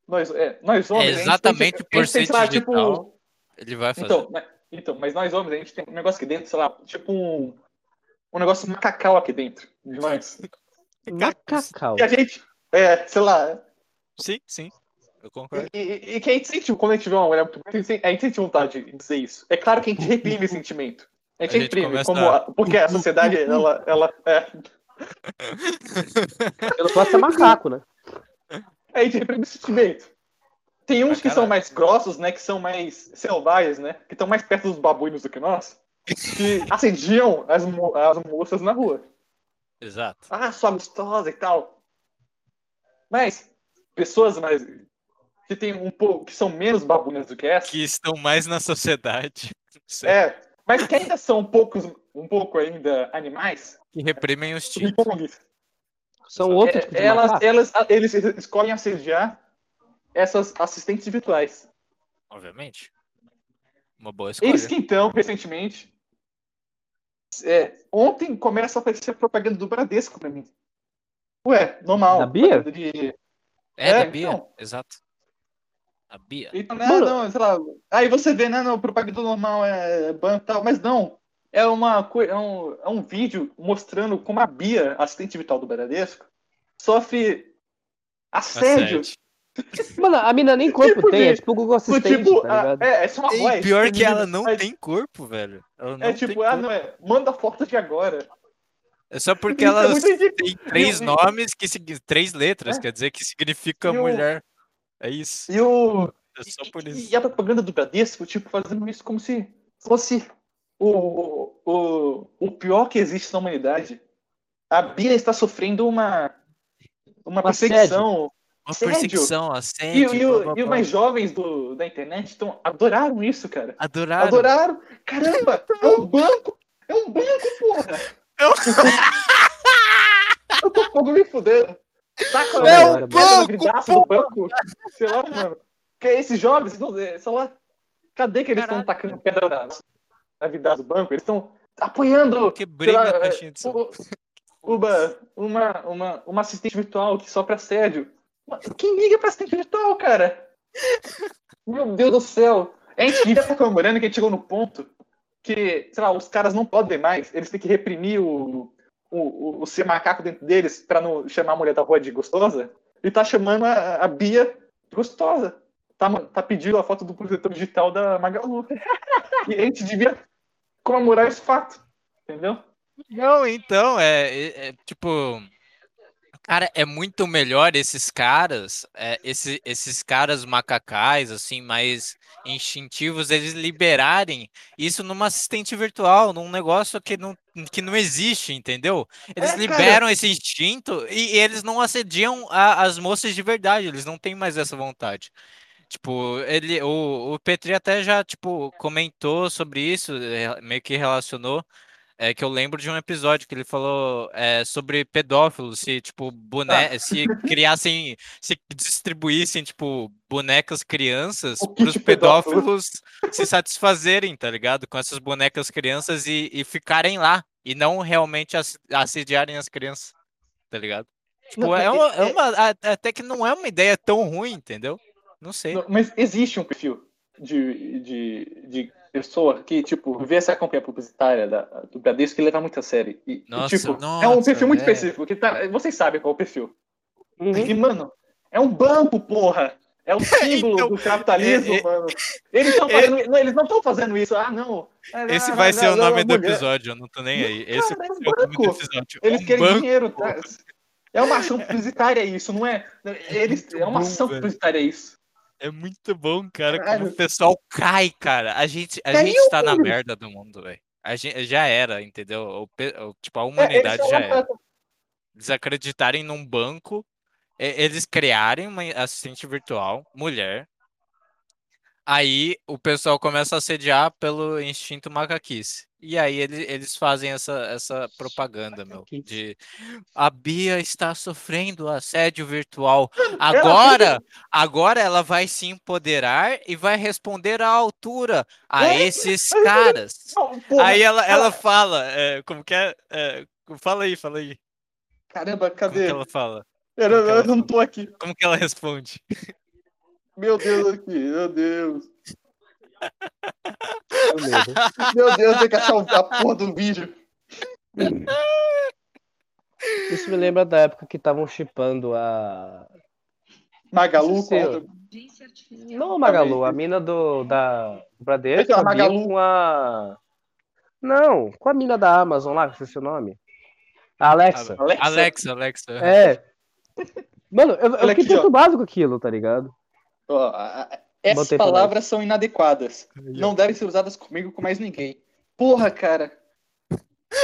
B: nós, é, nós homens,
A: É
B: a gente
A: exatamente
B: tem, tipo,
A: por
B: a gente tem,
A: ser
B: sei lá,
A: digital,
B: tipo,
A: Ele vai fazer.
B: então, né, então, mas nós homens, a gente tem um negócio aqui dentro, sei lá, tipo um, um negócio macacal aqui dentro de nós.
A: É
B: tipo,
C: é Macacau.
B: E a gente, é, sei lá,
A: Sim, sim. Eu concordo.
B: E, e- e que a gente sente, quando a gente vê uma mulher muito bonita, a gente sente- a gente sente vontade de dizer isso. É claro que a gente reprime esse sentimento. A gente
A: A gente
B: reprime,
A: começa
B: como a- porque a sociedade, ela, ela é,
C: Pelo fato de ser macaco, né?
B: a gente reprime esse sentimento. Tem uns
A: Ah,
B: que são
A: caralho.
B: mais grossos, né, que são mais selvagens, né, que estão mais perto dos babuínos do que nós, que assediam as, mo- as moças na rua.
A: Exato.
B: Ah, sua gostosa e tal. Mas, pessoas mais... que tem um pouco, que são menos babuínas do que essa,
A: Que estão mais na sociedade. Sei.
B: É, mas que ainda são poucos, um pouco ainda animais,
A: Que reprimem os
B: me
A: tipos.
B: confunde.
C: São outro
B: É,
C: tipo de
B: elas,
C: macaco.
B: elas, eles escolhem assediar essas assistentes virtuais.
A: Obviamente. Uma boa escolha.
B: Eis que então, recentemente, é, ontem começa a aparecer propaganda do Bradesco pra mim. Ué, normal.
C: Da Bia?
B: propaganda de-
A: É,
B: É,
A: da Bia.
B: então.
A: Exato. A Bia.
B: Então, né,
C: Mano.
B: não, sei lá. Aí você vê, né, no propaganda normal é banco e tal, mas não. É, uma, coi- é, um, é um vídeo mostrando como a Bia, assistente vital do Bradesco, sofre assédio.
A: Assédio.
C: Mano, a mina nem corpo
B: Tipo
C: tem, é
B: de-
C: tipo o Google
B: Do
C: Assistente,
B: tipo,
C: tá
B: a-
C: ligado?
B: é, é só uma
A: E
B: voz.
A: pior que ela
B: feminina.
A: não
B: É-
A: tem corpo, velho. Ela não
B: É
A: tem
B: tipo,
A: corpo.
B: ah, não é, manda foto de agora.
A: É só porque
B: Isso é
A: ela
B: muito ridículo.
A: tem três
B: E o-
A: nomes que signi- três letras,
B: É.
A: quer dizer que significa
B: E o-
A: mulher. É isso.
B: E, o,
A: É só por isso.
B: e a propaganda do Bradesco, tipo, fazendo isso como se fosse o, o, o pior que existe na humanidade. A Bia está sofrendo uma, uma
C: Um assédio.
B: perseguição.
A: Uma
B: assédio.
A: perseguição,
B: E,
A: assédio.
B: o- e,
A: blá,
B: o-
A: blá,
B: e os
A: blá.
B: mais jovens do, da internet tão, adoraram isso, cara.
A: Adoraram.
B: Adoraram. Caramba, é um banco. É um banco, porra.
A: É um-
B: Eu tô fogo me fudendo. Tá com
C: É um
B: a-
C: banco,
B: pedra no vidraço do banco. Sei lá, mano. Que esses jovens, não- é, sei lá. Cadê que eles estão
A: Caralho.
B: tacando pedra na, na vidraça do banco? Eles estão apoiando
A: Quebrei
B: sei lá,
A: minha
B: é,
A: caixinha de som.
B: o- uma, uma, uma, uma assistente virtual que sofre assédio. Mas Quem liga pra assistente virtual, cara? Meu Deus do céu. A gente devia estar comemorando que a gente chegou no ponto que, sei lá, os caras não podem mais, eles têm que reprimir o, o, o, o ser macaco dentro deles pra não chamar a mulher da rua de gostosa. E tá chamando a, a Bia de gostosa. Tá, ma- tá pedindo a foto do protetor digital da Magalu. E a gente devia comemorar esse fato. Entendeu?
A: Não, então, é, é- é, tipo. Cara, é muito melhor esses caras, é, esse- esses caras macacais, assim, mais instintivos, eles liberarem isso numa assistente virtual, num negócio que não, que não existe, entendeu? Eles
B: É, cara.
A: liberam esse instinto e, e eles não assediam a- as moças de verdade, eles não têm mais essa vontade. Tipo, ele, o, o Petri até já, tipo, comentou sobre isso, eh, meio que relacionou. É que eu lembro de um episódio que ele falou é, sobre pedófilos, se tipo boné,
B: Tá.
A: se criassem, se distribuíssem tipo bonecas crianças
B: O
A: para os
B: kit pedófilo.
A: pedófilos se satisfazerem, tá ligado? Com essas bonecas crianças e, e ficarem lá e não realmente ass- assediarem as crianças, tá ligado? Tipo,
B: Não,
A: é
B: é-
A: uma, é
B: é-
A: uma- a- até que não é uma ideia tão ruim, entendeu? Não sei.
B: Não, mas existe um perfil de, de, de pessoa que, tipo, vê essa campanha publicitária da, do Bradesco que leva muito a sério. E, e,
A: Nossa,
B: tipo, é um
A: nossa,
B: perfil muito
A: velho.
B: específico. Que tá, vocês sabem qual é o perfil. E,
C: Uhum.
B: mano, é um banco, porra! É o símbolo
D: Então,
B: do capitalismo,
D: é- é-
B: mano. Eles estão fazendo, não, eles não estão fazendo isso. Ah, não.
A: Esse vai ser o nome do
B: Mulher.
A: episódio, eu não tô nem aí. Esse
B: Cara,
A: vai
B: é um
A: ser o nome do
B: banco.
A: episódio.
B: Eles
A: Um
B: querem
A: banco.
B: dinheiro, tá? É uma ação publicitária isso, não é? Eles, é uma
A: bom,
B: ação
A: velho.
B: publicitária isso.
A: É muito bom, cara, como
B: Caralho.
A: o pessoal cai, cara. A gente, a
B: Caiu,
A: gente tá na
B: filho.
A: merda do mundo, velho. A gente já era, entendeu? O pe- o- tipo, a
B: É, eles
A: humanidade
B: são
A: já
B: uma
A: era. Eles acreditarem num banco, e- eles criarem uma assistente virtual, mulher. Aí o pessoal começa a sediar pelo instinto macaquice. E aí ele- eles fazem essa, essa propaganda, meu.
C: Macaquice.
A: De a Bia está sofrendo assédio virtual.
B: ela
A: Agora, agora ela vai se empoderar e vai responder à altura a
B: É,
A: esses caras.
B: Não, porra, Ah.
A: Aí ela,
B: fala.
A: ela fala, é, como que é? É, Fala aí, fala aí.
B: Caramba,
A: Como que
B: cadê?
A: ela fala?
B: Eu, não- eu não tô aqui.
A: Como que ela responde?
B: Meu Deus, aqui. Meu Deus.
C: É o mesmo.
B: Meu Deus, tem que achar o- a porra do vídeo.
C: Isso me lembra da época que estavam chipando a.
B: Magalu,
C: Sim,
B: conta.
C: Não a Magalu, a mina do, da, do Bradesco.
B: Aquela
C: abriu
B: Então, Magalu.
C: Com a. Não, com a mina da Amazon lá, que esqueci o nome. A Alexa.
A: Ah,
B: Alexa.
A: Alexa, Alexa.
C: É. Mano, eu, eu
B: Olha
C: fiquei
B: aqui, ó.
C: perturbado com aquilo, tá ligado?
B: Ó, a- a- essas
C: Botei pra
B: palavras são inadequadas. Não devem ser usadas comigo com mais ninguém. Porra, cara.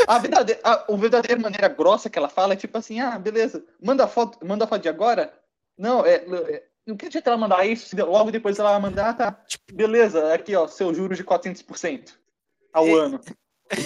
B: A verdadeira, a, a verdadeira maneira grossa que ela fala é tipo assim, ah, beleza, manda a foto, manda a foto de agora? Não, é, é, não quer dizer que ela mandar isso, logo depois ela vai mandar, ah, tá, beleza, aqui ó, seu juros de 400% ao
A: É,
B: ano.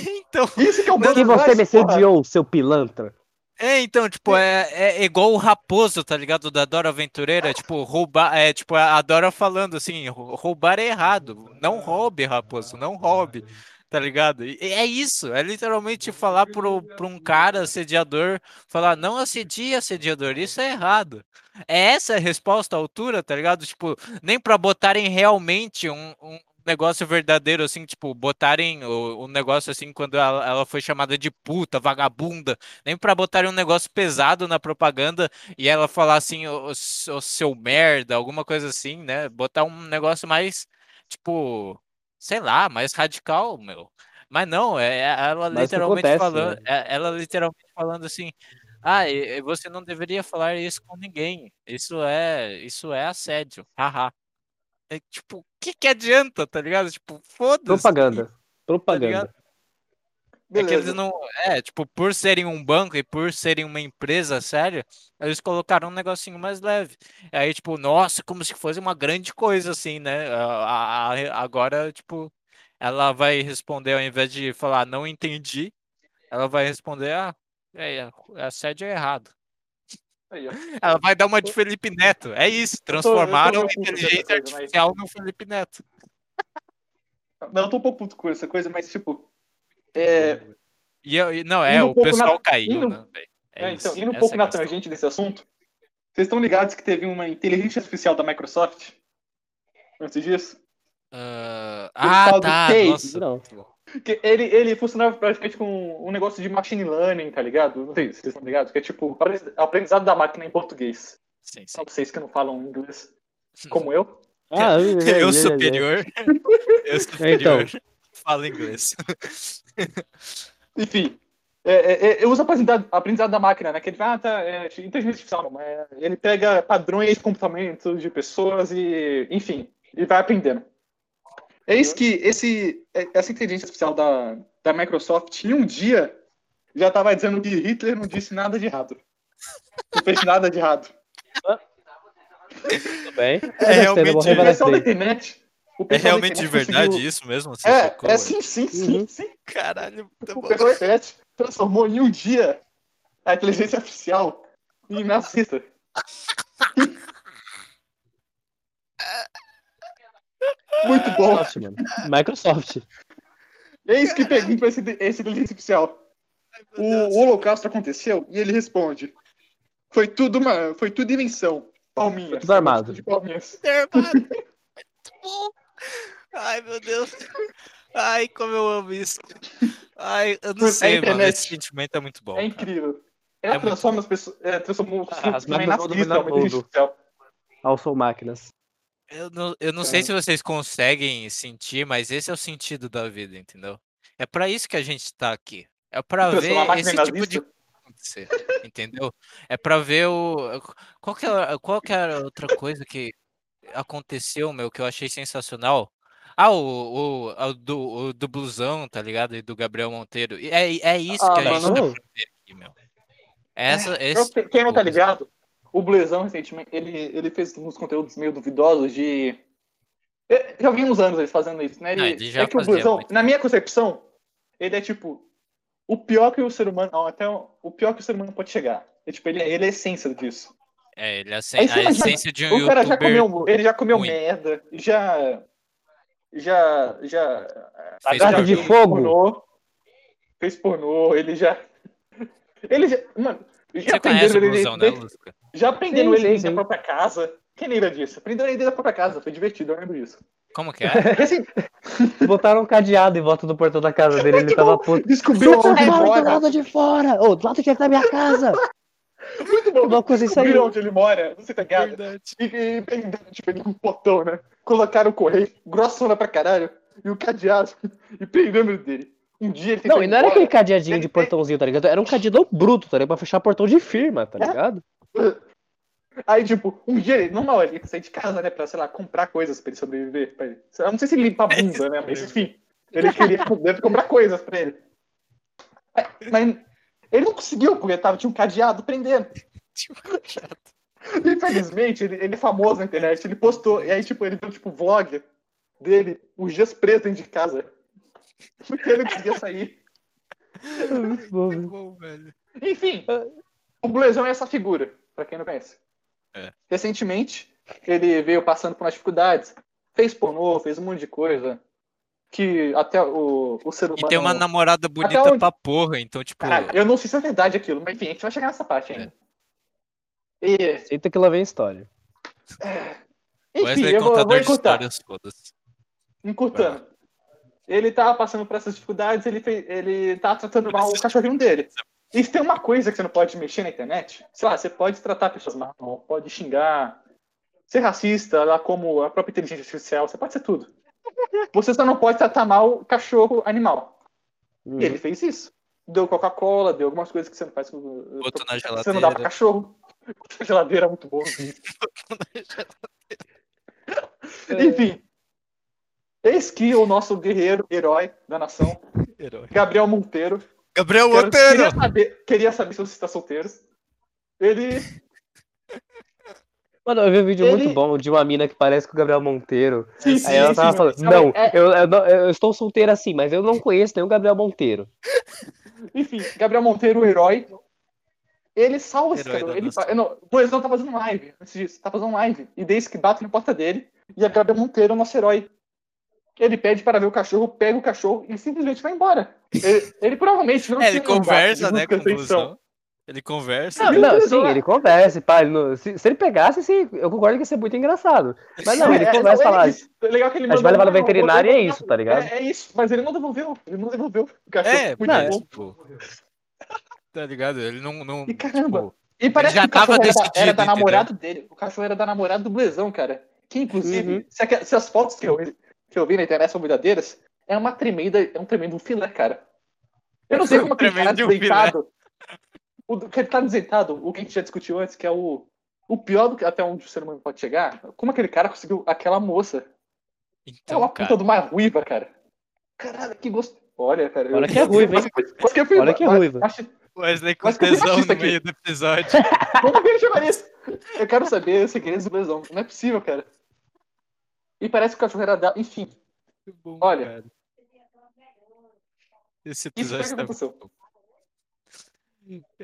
A: Então,
B: Isso que é o
C: que
B: Banco
C: você
B: Brás,
C: me
B: porra.
C: sediou, seu pilantra.
A: é, então, tipo, é, é igual o Raposo, tá ligado? Da Dora Aventureira, tipo, roubar, é, tipo, a Dora falando assim, "Rou- roubar é errado, não roube, Raposo, não roube, tá ligado? E é isso, é literalmente falar pro, pra um cara assediador, falar, não assedie assediador, isso é errado. É essa a resposta à altura, tá ligado? Tipo, nem pra botarem realmente um, um negócio verdadeiro, assim, tipo, botarem o, o negócio assim, quando ela, ela foi chamada de puta, vagabunda, nem pra botarem um negócio pesado na propaganda e ela falar assim, ô ô, s- ô, seu merda, alguma coisa assim, né? Botar um negócio mais, tipo, sei lá, mais radical, meu. Mas não, é, é- ela
C: Mas isso
A: literalmente
C: acontece, né?
A: falando, é- ela literalmente falando assim, ah, e- e você não deveria falar isso com ninguém. Isso é, isso é assédio. Haha. É tipo, o que que adianta, tá ligado? Tipo, foda-se.
B: tá
C: Propaganda.
A: ligado?
C: Propaganda.
A: É que eles
B: Beleza.
A: não. É, tipo, por serem um banco e por serem uma empresa séria, eles colocaram um negocinho mais leve. Aí, tipo, nossa, como se fosse uma grande coisa, assim, né? A- a- a- Agora, tipo, ela vai responder, ao invés de falar não entendi, ela vai responder, ah, é, é assédio é errado.
B: Aí, ó.
A: Ela vai dar uma de Felipe Neto. É isso.
B: eu tô
A: Transformaram
B: meio
A: a
B: puto com essa
A: inteligência
B: coisa, mas-
A: artificial no Felipe Neto.
B: Não, eu tô um pouco puto com essa coisa, mas tipo. É,
A: E eu, e- não, é,
B: Indo um
A: o
B: pouco na-
A: pessoal caiu,
B: indo-
A: né, velho? É
B: é, então,
A: isso,
B: indo um
A: essa é
B: pouco
A: a
B: na
A: questão.
B: tangente desse assunto, vocês estão ligados que teve uma inteligência artificial da Microsoft? Antes disso?
A: Ah,
B: tal
A: ah,
B: do
A: tá,
B: Case,
A: nossa.
C: Não.
B: Que ele, ele funcionava praticamente com um negócio de machine learning, tá ligado? Não sei se vocês estão ligados, que é tipo apre- aprendizado da máquina em português.
A: Sim, sim.
B: Só pra vocês que não falam inglês como eu.
C: Ah,
A: Eu superior.
B: É, então.
A: Eu superior. Fala inglês.
B: Enfim, é, é, é, eu uso aprendizado, aprendizado da máquina, né? Que ele vai, ah, tá, é, inteligência artificial, não, mas ele pega padrões de comportamento de pessoas e, enfim, e vai aprendendo. É isso que esse, é- essa inteligência artificial da, da Microsoft, em um dia, já estava dizendo que Hitler não disse nada de errado. Não fez nada de errado.
C: Tudo bem.
A: É realmente-
B: O pessoal da
C: realmente.
B: internet. O
A: É
B: pessoal da
A: realmente de
B: internet
A: verdade
B: conseguiu-
A: isso mesmo? Você sacou?
B: É, é sim, sim, sim,
C: Uhum.
B: sim.
A: Caralho, tá
B: O
A: bom.
B: pessoal da internet transformou em um dia a inteligência artificial em nazista. Muito bom.
C: Microsoft, mano. Microsoft.
B: É isso que pergunta esse, esse inteligência artificial. O, o holocausto aconteceu e ele responde. Foi tudo uma. Foi tudo invenção. Palminhas.
C: Tudo armado.
B: De palminhas.
A: Muito bom. Ai, meu Deus. Ai, como eu amo isso. Ai, eu não
B: É
A: sei, mano.
B: internet.
A: Esse sentimento é muito bom.
B: É
A: cara.
B: incrível. Ela
A: É muito
B: transforma as pessoas. É, transformou os
C: Ah, as
B: filmes
C: máquinas vão
B: nazistas,
C: dominar o
B: uma inteligência
C: mundo.
B: artificial.
C: Ah, são máquinas.
A: Eu não, eu não sei se vocês conseguem sentir, mas esse é o sentido da vida, entendeu? É pra isso que a gente tá aqui. É pra ver
B: Transformar a máquina
A: esse
B: em
A: tipo
B: nazista.
A: de acontecer, entendeu? É pra ver o qual que é, qual que era a outra coisa que aconteceu, meu, que eu achei sensacional. Ah, o, o, a do, o do blusão, tá ligado? E do Gabriel Monteiro. E É, é isso
B: Ah,
A: que a gente
B: mano,
A: tá
C: não.
A: pra ver aqui, meu. Essa, esse
B: Eu- quem não tá
A: tipo de-
B: ligado, o Blezão recentemente, ele, ele fez uns conteúdos meio duvidosos de. Eu- Já vi uns anos ele fazendo isso, né? Ele,
A: Ah, ele já
B: é que o
A: fazia
B: Blezão,
A: muito.
B: na minha concepção, ele é tipo. O pior que o ser humano. não, até o, o pior que o ser humano pode chegar. É, tipo, ele, é- ele é a essência disso.
A: É, ele é a, sen-
B: Aí você
A: a
B: imagina,
A: essência de um
B: o cara já
A: youtuber
B: comeu. Ele já comeu
A: ruim.
B: merda, já. Já. Já.
A: fez
C: Lagarto
A: pornô.
C: de fogo.
B: Pornô, fez pornô, ele já. Ele já. Mano. Já
A: Você conhece o
B: aprenderam ele-
A: blusão, né,
B: ele-
A: Lusca?
B: já prenderam
C: Sim,
B: ele
C: sim,
B: dentro
C: sim.
B: da própria casa. Quem lembra disso? Prenderam ele dentro da própria casa. Foi divertido, eu lembro disso.
A: Como que é?
B: Assim,
C: Botaram um cadeado em volta do portão da casa dele, ele
B: Muito
C: tava puto.
B: descobriu
C: Não,
B: onde ir
C: cara, tá do
B: mora.
C: lado de fora! Ô, do lado que é da minha casa!
B: Muito bom.
C: Uma coisa isso aí.
B: Descobriram onde ele mora. Você tá
A: É
B: ligado? E, e prenderam, tipo, ele com um potão, né? Colocaram o correio, grossona pra caralho, e o cadeado, e prenderam ele dele. Um dia ele
C: Não,
B: foi
C: e não era
B: embora.
C: aquele cadeadinho de portãozinho, tá ligado? Era um cadeadão bruto, tá ligado? Pra fechar portão de firma, tá
B: É.
C: ligado?
B: Aí, tipo, um dia ele, normal, ele sai de casa, né? Pra, sei lá, comprar coisas pra ele sobreviver. Pra ele. Eu não sei se ele limpa a bunda, né? Mas enfim, ele queria deve comprar coisas pra ele. É, Mas ele não conseguiu, porque tava, tinha um cadeado prendendo. Infelizmente, ele, ele é famoso na internet, ele postou, e aí, tipo, ele deu, tipo, vlog dele, os dias presos dentro de casa. Porque ele não conseguia sair.
C: Muito bom, velho.
B: Enfim, o Blezão é essa figura, pra quem não conhece.
A: É.
B: Recentemente, ele veio passando por umas dificuldades, fez pornô, fez um monte de coisa, que até o, o ser humano...
A: E tem uma namorada bonita
B: onde?
A: pra porra, então, tipo.
B: Caralho, eu não sei se é verdade aquilo, mas enfim, a gente vai chegar nessa
A: É.
B: parte ainda. E,
C: Eita que lá vem a história.
B: enfim,
A: Wesley é
B: eu vou,
A: contador
B: vou
A: de
B: encurtar.
A: histórias, foda-se.
B: encurtando. Ele tava passando por essas dificuldades, ele, fez, ele tava tratando mal o cachorrinho dele. E se tem uma coisa que você não pode mexer na internet, sei lá, você pode tratar pessoas mal, pode xingar, ser racista, lá como a própria inteligência artificial, você pode ser tudo. Você só não pode tratar mal cachorro animal. E
C: Hum.
A: Uhum.
B: ele fez isso. Deu Coca-Cola, deu algumas coisas que você não faz com. eh,
A: Botou na
B: Você não dá pra
A: geladeira.
B: cachorro. A geladeira é muito boa. Enfim. Eis que o nosso guerreiro, herói da nação, Gabriel Monteiro.
A: Gabriel
B: Quero- queria,
A: Monteiro!
B: saber, queria saber se você está solteiro. Ele.
C: Mano, eu vi um vídeo
B: Ele-
C: muito bom de uma mina que parece com o Gabriel Monteiro.
B: Sim, sim,
C: Aí ela
B: sim,
C: tava
B: sim.
C: falando,
B: Sabe,
C: não,
B: é,
C: eu, eu não- eu estou solteira assim, mas eu não conheço nenhum Gabriel Monteiro.
B: enfim, Gabriel Monteiro, o herói. Ele salva esse
A: Herói
B: cara.
A: da
B: Ele,
A: nação.
B: fa- não, o Boezão tá fazendo live antes disso. Tá fazendo live. E desde que bate na porta dele. E a Gabriel Monteiro é o nosso herói. Ele pede para ver o cachorro, pega o cachorro e simplesmente vai embora. Ele, ele provavelmente não
A: É, ele
B: tinha contato,
A: conversa,
B: ele
A: né,
B: busca
A: com o
B: atenção.
A: blusão. Ele conversa.
C: Não,
B: Ele
C: não,
B: conversou,
C: sim,
B: ah.
C: ele conversa, pá, ele não- se, se ele pegasse, sim, eu concordo que ia ser muito engraçado. Mas não, ele
B: É,
C: conversa
B: não,
C: lá.
B: ele- é legal que ele
C: A
B: mandou-
C: gente vai levar no
B: não,
C: veterinário e é isso, tá
B: É,
C: ligado?
B: é isso, mas ele não devolveu. Ele não devolveu. O cachorro
A: É,
B: muito
A: mas,
B: bom.
A: tipo. Tá ligado? Ele não. não
B: E caramba.
A: tipo,
B: E parece
A: já
B: que o cachorro
A: tava
B: era, da-
A: decidido,
B: era da
A: entendeu?
B: namorada dele. O cachorro era da namorada do Blezão, cara. Que inclusive,
C: Uhum.
B: se, aque- se as fotos que eu, que eu vi na internet são verdadeiras, é uma tremenda, é um tremendo filé, cara. Eu não sei como aquele cara
A: Tremendo filé.
B: desentado. O do- que ele tá desentado, o que a gente já discutiu antes, que é o, o pior do que até onde o ser humano pode chegar, como aquele cara conseguiu aquela moça. É
A: então,
B: uma
A: cara.
B: puta de uma ruiva, cara. Caralho, que gosto. Olha, cara.
C: Olha que é ruiva, hein?
B: Quase que eu fui-
C: Olha que é
B: quase-
C: ruiva.
B: quase-
A: Wesley com
B: Mas é que eu
A: tesão
B: assisto
A: no
B: aqui.
A: meio do episódio.
B: Como que ele chamaria isso? Eu quero saber os segredos do Blazão. Não é possível, cara. E parece que o cachorro era da. Enfim,
A: Muito bom,
B: Olha.
A: cara. Esse
B: isso foi o
A: episódio
B: que
A: tá
B: aconteceu.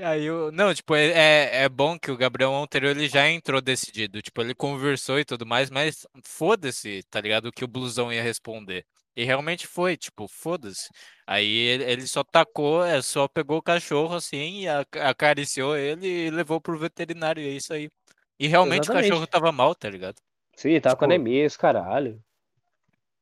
A: Aí eu... Não, tipo, é, é é bom que o Gabriel Monteiro ele já entrou decidido. Tipo, ele conversou e tudo mais, mas foda-se, tá ligado? O que o blusão ia responder. E realmente foi, tipo, foda-se. Aí ele, ele só tacou, é, só pegou o cachorro assim, e a- acariciou ele e levou pro veterinário. E é isso aí. E realmente o
C: Exatamente.
A: cachorro tava mal, tá ligado?
C: Sim, tava com
A: Tipo-
C: anemia, os caralho.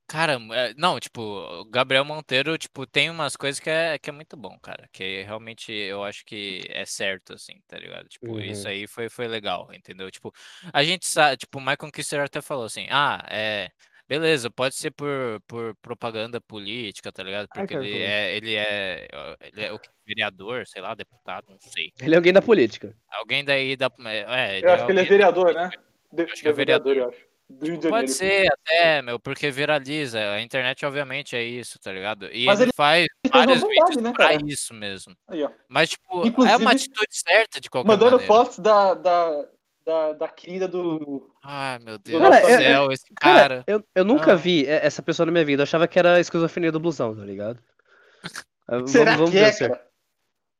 A: Cara, é, não, tipo, o Gabriel Monteiro, tipo, tem umas coisas que é, que é muito bom, cara. Que realmente eu acho que é certo, assim, tá ligado? Tipo,
C: Uhum.
A: isso aí foi, foi legal, entendeu? Tipo, a gente sabe, tipo, o Michael Kister até falou assim, ah, é. Beleza, pode ser por, por propaganda política, tá
B: Ah,
A: ligado? Porque
C: cara,
A: ele
C: como-
A: é, ele é. ó, Ele é o quê? vereador, sei lá, deputado, não sei.
C: Ele é alguém da política.
A: Alguém daí da. É,
B: Eu acho que ele
A: alguém da
B: é vereador, né? De-
A: Acho que é
B: de vereador, eu acho. Do Rio de Janeiro.
A: Pode ser até, meu, porque viraliza. A internet, obviamente, é isso, tá ligado? E
B: Mas
A: ele,
B: ele
A: faz
B: fez à
A: vários
B: vontade,
A: vídeos
B: né,
A: pra
B: cara?
A: isso mesmo.
B: Aí, ó.
A: Mas, tipo, é
B: Inclusive,
A: uma atitude certa de qualquer
B: Mandando
A: maneira.
B: fotos da, da, da, da querida do.
A: Ai, meu Deus
B: Cara,
A: do
B: é-
A: céu, esse
C: Cara,
A: cara.
C: eu, eu nunca
A: Ah.
C: vi e- essa pessoa na minha vida. Eu achava que era esquizofrenia do blusão, tá ligado? Ah, Vamos,
B: Será
C: vamos
B: que
C: ver,
B: é,
C: certo?
B: cara?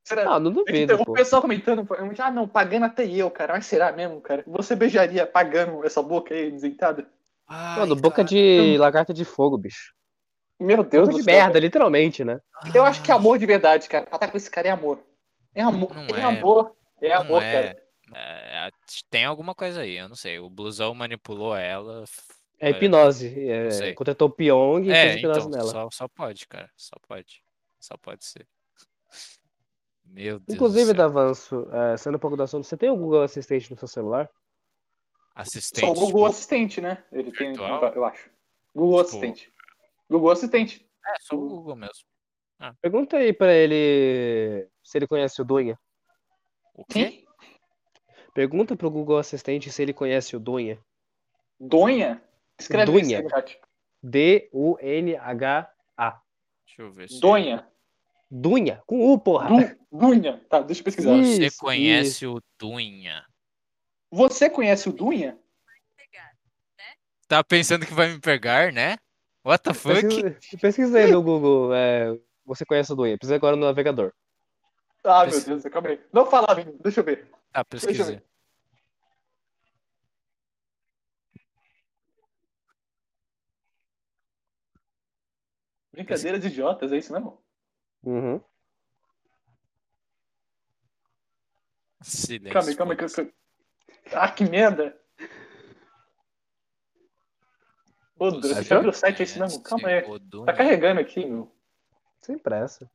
B: Será?
C: Ah, não
B: É que
C: duvido,
B: tem
C: pô.
B: o pessoal comentando, pô, ah, não, pagando até eu, cara. Mas será mesmo, cara? Você beijaria pagando essa boca aí, desentada?
A: Ai,
C: Mano, boca
A: cara.
C: de lagarta de fogo, bicho.
B: Meu Deus
C: Boca
B: do
C: de
B: céu.
C: merda, literalmente, né?
B: Eu acho que é amor de verdade, cara. Falar com esse cara é amor. É amor,
A: Não
B: é,
A: é,
B: amor, é
A: não
B: amor,
A: é.
B: cara.
A: É, tem alguma coisa aí, eu não sei. O blusão manipulou ela.
C: É
A: É,
C: hipnose.
A: não
C: É,
A: sei.
C: contratou o Pyong e fez
A: É,
C: hipnose
A: então,
C: nela.
A: só, só pode, cara. Só pode. Só pode ser. Meu Deus do
C: Inclusive,
A: céu.
C: Davanço, é, saindo um pouco do assunto, você tem o Google Assistente no seu celular?
A: Assistente,
B: Só o Google
A: tipo,
B: Assistente, né? Ele tem,
A: virtual?
B: eu acho. Google
A: Tipo-
B: Assistente. Google Assistente.
A: é só o Google mesmo.
C: Pergunta aí pra ele se ele conhece o Dunha.
A: O quê?
B: Quem?
C: Pergunta pro Google Assistente se ele conhece o Dunha.
B: Donha? Escreve
C: Dunha.
B: isso aí no chat.
C: D-U-N-H-A.
A: Deixa eu ver se
B: Donha.
C: Dunha, com U, porra.
B: Du, Dunha. Tá, deixa eu pesquisar.
C: Ih.
A: você
C: Isso,
A: conhece o Dunha.
B: Você conhece o Dunha?
A: Tá pensando que vai me pegar, né? What the fuck?
C: Pesquisa- Pesquisa aí no Google. é, você conhece o Dunha. Pesquisa agora no navegador.
B: Ah, meu
A: Pes-
B: Deus, calma aí. Não fala, menino. deixa eu ver.
A: Tá,
B: Deixa eu
A: pesquisei.
B: ver. Brincadeiras idiotas, é isso mesmo?
C: Uhum.
A: Silêncio.
B: Calma aí, calma aí. calma aí. Ah, que merda! Ô, Deus, deixa eu abrir o site, é isso mesmo? Calma aí.
A: O Dunha.
B: Tá carregando aqui, meu.
C: Sem pressa.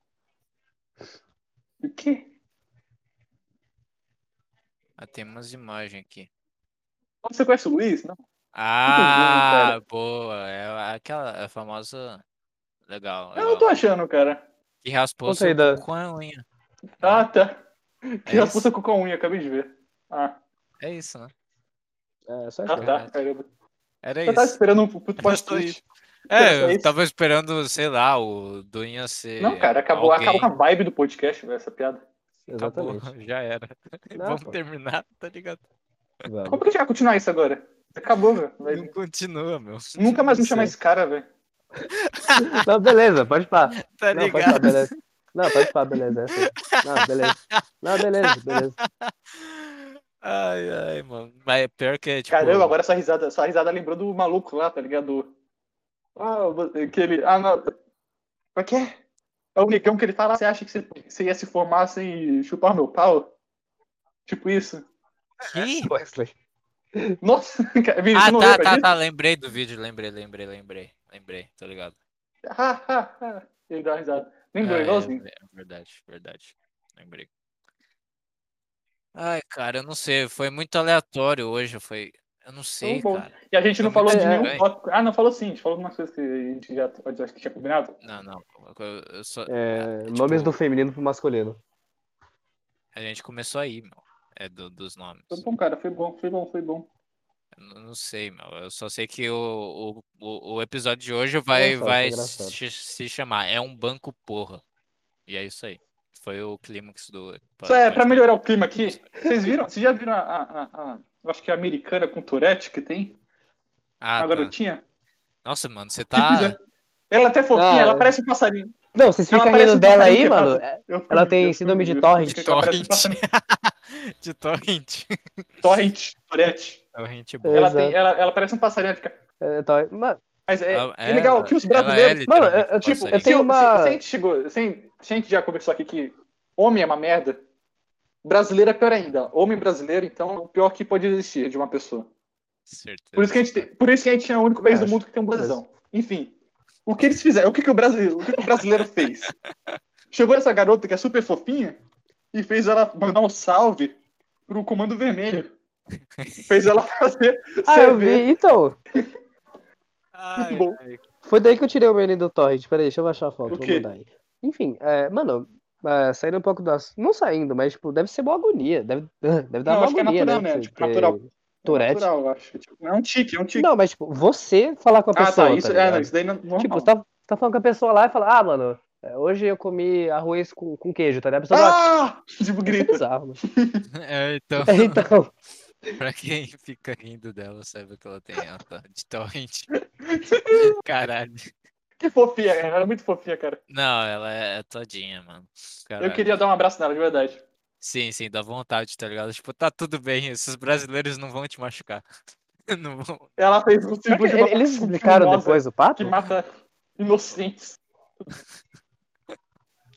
B: O quê?
A: Ah, tem umas imagens aqui.
B: Você conhece o Luiz? Não.
A: Ah, boa. É aquela é a famosa. Legal.
B: Eu não tô
A: legal.
B: achando, cara.
A: Que raspou
C: Conta aí,
A: seu
C: Dan.
A: cu com a unha.
B: Ah, tá. Que
A: É
B: é
A: isso?
B: puta com a unha, acabei de ver. Ah,
A: É isso, né?
C: É, só
B: ah
C: isso.
B: tá, caramba.
A: Era
B: Eu tava
A: É isso.
B: esperando um puto
A: Bastou
B: post-twist.
A: É,
B: É
A: eu
B: isso.
A: tava esperando, sei lá, o Dunha ser.
B: Não, cara, acabou,
A: alguém.
B: acabou a vibe do podcast, velho, essa piada.
A: Acabou,
C: Exatamente.
A: já era.
C: Não,
A: Vamos
C: pô.
A: terminar, tá ligado?
C: Vamos.
B: Como que a gente vai continuar isso agora? Acabou,
A: Não
B: velho.
A: continua, meu.
B: Nunca mais me chamar
A: Sei.
B: esse cara, velho.
C: Não, beleza, pode pá.
A: Tá
C: Não, pode pá,
A: ligado?
C: beleza. Não, pode pá, beleza. é assim. Não, beleza. Não, beleza, beleza.
A: Ai, ai, mano. Mas é pior que é tipo.
B: Caramba, agora sua risada, sua risada lembrou do maluco lá, tá ligado? Ah, aquele. Ah, não. Como é que é? É o Nicão que ele fala, você acha que você- você ia se formar sem chupar meu pau? Tipo isso.
A: Ih,
C: Wesley.
B: Nossa, cara, menino,
A: Ah,
B: é. você não
A: tá,
B: lembra
A: tá,
B: disso?
A: tá. Lembrei do vídeo, lembrei, lembrei, lembrei. Lembrei, tô ligado.
B: Ha, ha, ha. Ele dá uma risada. Lembrou,
A: Ah, tá. é,
B: igualzinho.
A: é verdade, verdade. Lembrei. Ai, cara, eu não sei. Foi muito aleatório hoje. Foi. Eu não sei,
B: um bom.
A: cara.
B: E a gente não
A: Tá
B: falou
A: muito
B: de nenhum
A: estranho.
B: tópico. Ah, não, falou sim. A gente falou de umas coisas que a gente já acho que tinha combinado.
A: Não, não. Eu, eu só...
C: É, nomes do feminino pro masculino.
A: A gente começou aí, meu. É do- dos nomes.
B: Foi bom, cara. Foi bom, foi bom, foi bom.
A: Eu Não não sei, meu. Eu só sei que o, o, o o episódio de hoje vai,
C: Engraçado,
A: vai
C: engraçado.
A: se, se chamar É um Banco Porra. E é isso aí. Foi o clímax do.
B: Só é, pra
A: podcast.
B: melhorar o clima aqui, vocês viram? Vocês já viram a, a, a- a- eu acho que é a americana com Tourette que tem?
A: Ah,
B: a
A: tá.
B: garotinha?
A: Nossa, mano, você
B: Tipo,
A: tá.
B: já- Ela é até fofinha,
C: Ah,
B: ela
C: é.
B: parece um passarinho.
C: Não, vocês
B: Ela
C: ficam
B: parece
C: rindo
B: um
C: dela
B: passarinho
C: aí,
B: que
C: mano.
B: Eu-
C: Ela
B: eu-
C: tem
B: eu-
C: síndrome de
B: eu-
C: Torrent.
B: que ela parece um passarinho.
A: De torrent.
B: Torrent, Tourette.
A: Torrent é bom.
B: Ela,
C: Exato.
B: tem, ela, ela parece um passarinho. ela fica-
C: É, tá, mas-
B: Mas é,
A: Ela-
B: é legal que os
A: ela- ela
B: brasileiros.
A: é
C: Mano, eu-
A: literalmente
C: eu,
A: um
C: tipo,
B: Tipo,
C: eu
A: passarinho.
B: se,
C: tenho uma-
B: se, se a gente chegou, se, a gente já conversou aqui que homem é uma merda, brasileiro é pior ainda. Homem brasileiro, então, é o pior que pode existir de uma pessoa.
A: Certeza.
B: Por isso que a gente, tem- por isso que a gente é o único país do
C: Acho. assim,
B: mundo que tem um blasão. Enfim, O que eles fizeram? O que, que, o, brasileiro, o, que, que o brasileiro fez? Chegou essa garota que é super fofinha e fez ela mandar um salve pro Comando Vermelho. Fez ela fazer.
C: Ah, eu vi, então.
A: Ai,
B: Bom.
A: ai.
C: Foi daí que eu tirei o meme do Torrent. Peraí, deixa eu achar a foto,
B: O
C: vou
B: quê?
C: mandar aí. Enfim, é, mano, é, saindo um pouco do ass- Não saindo, mas tipo, deve ser uma agonia. Deve, deve dar
B: Não,
C: uma
B: acho que é
C: agonia,
B: natural,
C: né?
B: né?
C: você
B: Tipo,
C: ter
B: natural.
C: Tourette.
B: Natural, eu acho. Tipo, é um tique, é um tique.
C: Não, mas tipo, você falar com a
B: ah,
C: pessoa.
B: tá. Isso,
C: tá
B: é,
C: ligado?
B: não, isso daí não. Normal.
C: Tipo, tá, tá falando com a pessoa lá e fala, ah, mano, é, hoje eu comi arroz com, com queijo, tá ligado? A pessoa fala,
B: Ah! Tipo,
C: "Que
B: grita.
C: bizarro, mano."
A: É, então,
C: É, Então,
A: pra quem fica rindo dela, sabe que ela tem alta de torrent. Caralho.
B: Que fofinha, cara. Ela é muito fofinha, cara.
A: Não, ela é é todinha, mano.
B: Eu
A: Caralho.
B: queria dar um abraço nela, de verdade.
A: Sim, sim, dá vontade, tá ligado? Tipo, tá tudo bem, esses brasileiros não vão te machucar. Não vão.
B: Ela fez um símbolo de uma
C: eles explicaram
B: criminosa
C: depois o pato?
B: Que mata inocentes.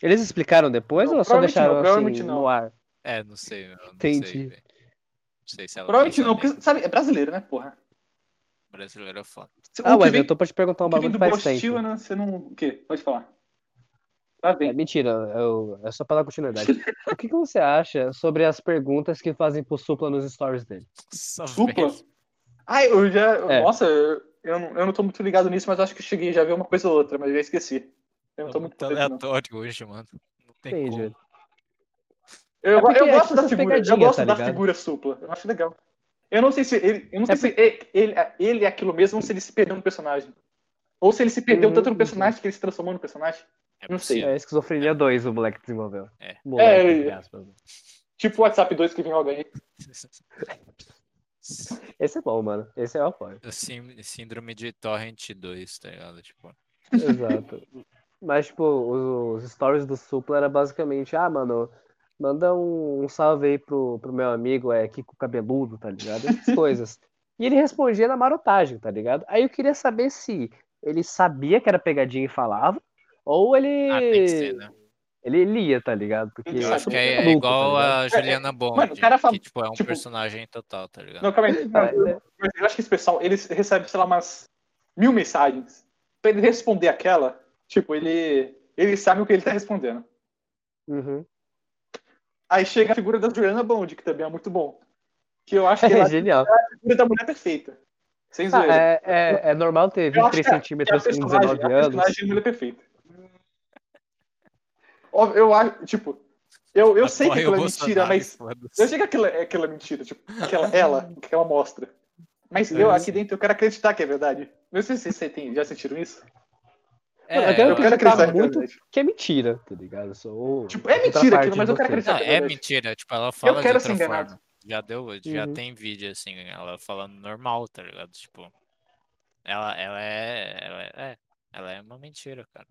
C: Eles explicaram depois
B: Não,
C: ou só
B: provavelmente
C: deixaram
B: não,
C: assim
B: provavelmente não.
C: no ar?
A: É, não sei, meu, não sei,
C: Entendi.
A: velho. Não sei se ela
B: Provavelmente
A: fez
B: não,
A: também.
B: porque, sabe, é brasileiro, né, porra?
A: Brasileiro é foda.
B: Se-
C: Ah,
B: o que
C: Wesley,
B: vem-
C: eu tô pra te perguntar um
B: o que vem
C: bagulho
B: do
C: que faz
B: Bostil,
C: tempo.
B: né, você não... O quê? Pode falar. Lá
C: É,
B: vem.
C: mentira, eu, é só pra dar continuidade. o que, que você acha sobre as perguntas que fazem pro Supla nos stories dele?
A: Nossa,
B: Supla?
A: velho.
B: Ai, eu já...
C: É.
B: Nossa, eu, eu não, eu não tô muito ligado nisso, mas acho que eu cheguei já vi uma coisa ou outra, mas já esqueci. Eu não
A: Tá
B: tô
A: muito
B: muito... atento, não.
A: aleatório hoje, mano. Não tem como.
C: Entendi.
B: Eu,
C: É porque
B: eu
C: é
B: gosto
C: tipo
B: da
C: essas
B: figura, eu
C: pegadinhas,
B: gosto
C: tá
B: da
C: ligado?
B: figura supla, eu acho legal. Eu não sei se ele, eu não
C: É
B: sei se ele, ele- ele é aquilo mesmo ou se ele se perdeu no personagem. Ou se ele se perdeu
C: Uhum,
B: tanto no
C: uhum.
B: personagem que ele se transformou no personagem.
A: É
B: Não sei.
A: possível.
C: É esquizofrenia 2 o moleque desenvolveu.
A: É.
C: Moleque,
B: É,
C: entre
B: é.
C: aspas. né?
B: Tipo o WhatsApp 2 que vem logo aí.
C: Esse é bom, mano. Esse é o apoio.
A: Sim- Síndrome de Torrent 2, tá ligado? Tipo,
C: Exato. Mas, tipo, os os stories do Supla era basicamente, ah, mano, manda um, um salve aí pro, pro meu amigo, é Kiko Cabeludo, tá ligado? Essas coisas. E ele respondia na marotagem, tá ligado? Aí eu queria saber se ele sabia que era pegadinha e falava, ou ele.
A: ah, tem que ser, né?
C: Ele lia, tá ligado? Porque.
B: Eu
A: Eu acho que é,
C: Maluco,
A: é
C: tá
A: igual
C: ligado?
A: a Juliana Bond,
B: Mano, o cara fala-
A: que tipo, é um
B: tipo-
A: personagem total, tá ligado?
B: Não, calma aí. Não,
C: Ah,
B: eu, mas eu acho que esse pessoal, ele recebe, sei lá, umas mil mensagens. Pra ele responder aquela, tipo, ele, ele sabe o que ele tá respondendo.
C: Uhum.
B: Aí chega a figura da Juliana Bond, que também é muito bom. Que eu acho que ela
C: É
B: é a
C: genial.
B: figura da mulher perfeita. Sem
C: Ah,
B: zoeira.
C: é, é, é normal ter
B: Eu acho
C: 23
B: que é- É a
C: centímetros com
B: personagem,
C: 19
B: é a
C: anos.
B: personagem mulher perfeita. Óbvio, eu acho, tipo, eu, eu sei que
A: Apoia
B: aquilo
A: o
B: é mentira,
A: Bolsonaro,
B: mas.
A: foda-se.
B: Eu sei que aquilo é, aquilo é mentira, tipo, aquela, ela, que ela mostra. Mas eu
A: É,
B: aqui dentro eu quero acreditar que é verdade. Não sei se vocês tem, já sentiram isso.
A: É,
C: eu quero
B: Eu quero
C: acreditar
B: acreditar que é
C: muito.
B: verdade.
C: que é mentira, tá ligado? Eu Sou
B: Tipo, é mentira aquilo, mas eu quero
A: não,
B: acreditar que é
A: é
B: verdade.
A: mentira, tipo, ela fala de
B: quero ser
A: outra
B: enganado.
A: forma. Já deu, já
C: Uhum.
A: tem vídeo assim, ela falando normal, tá ligado? Tipo, ela, ela é, ela é, ela é uma mentira, cara.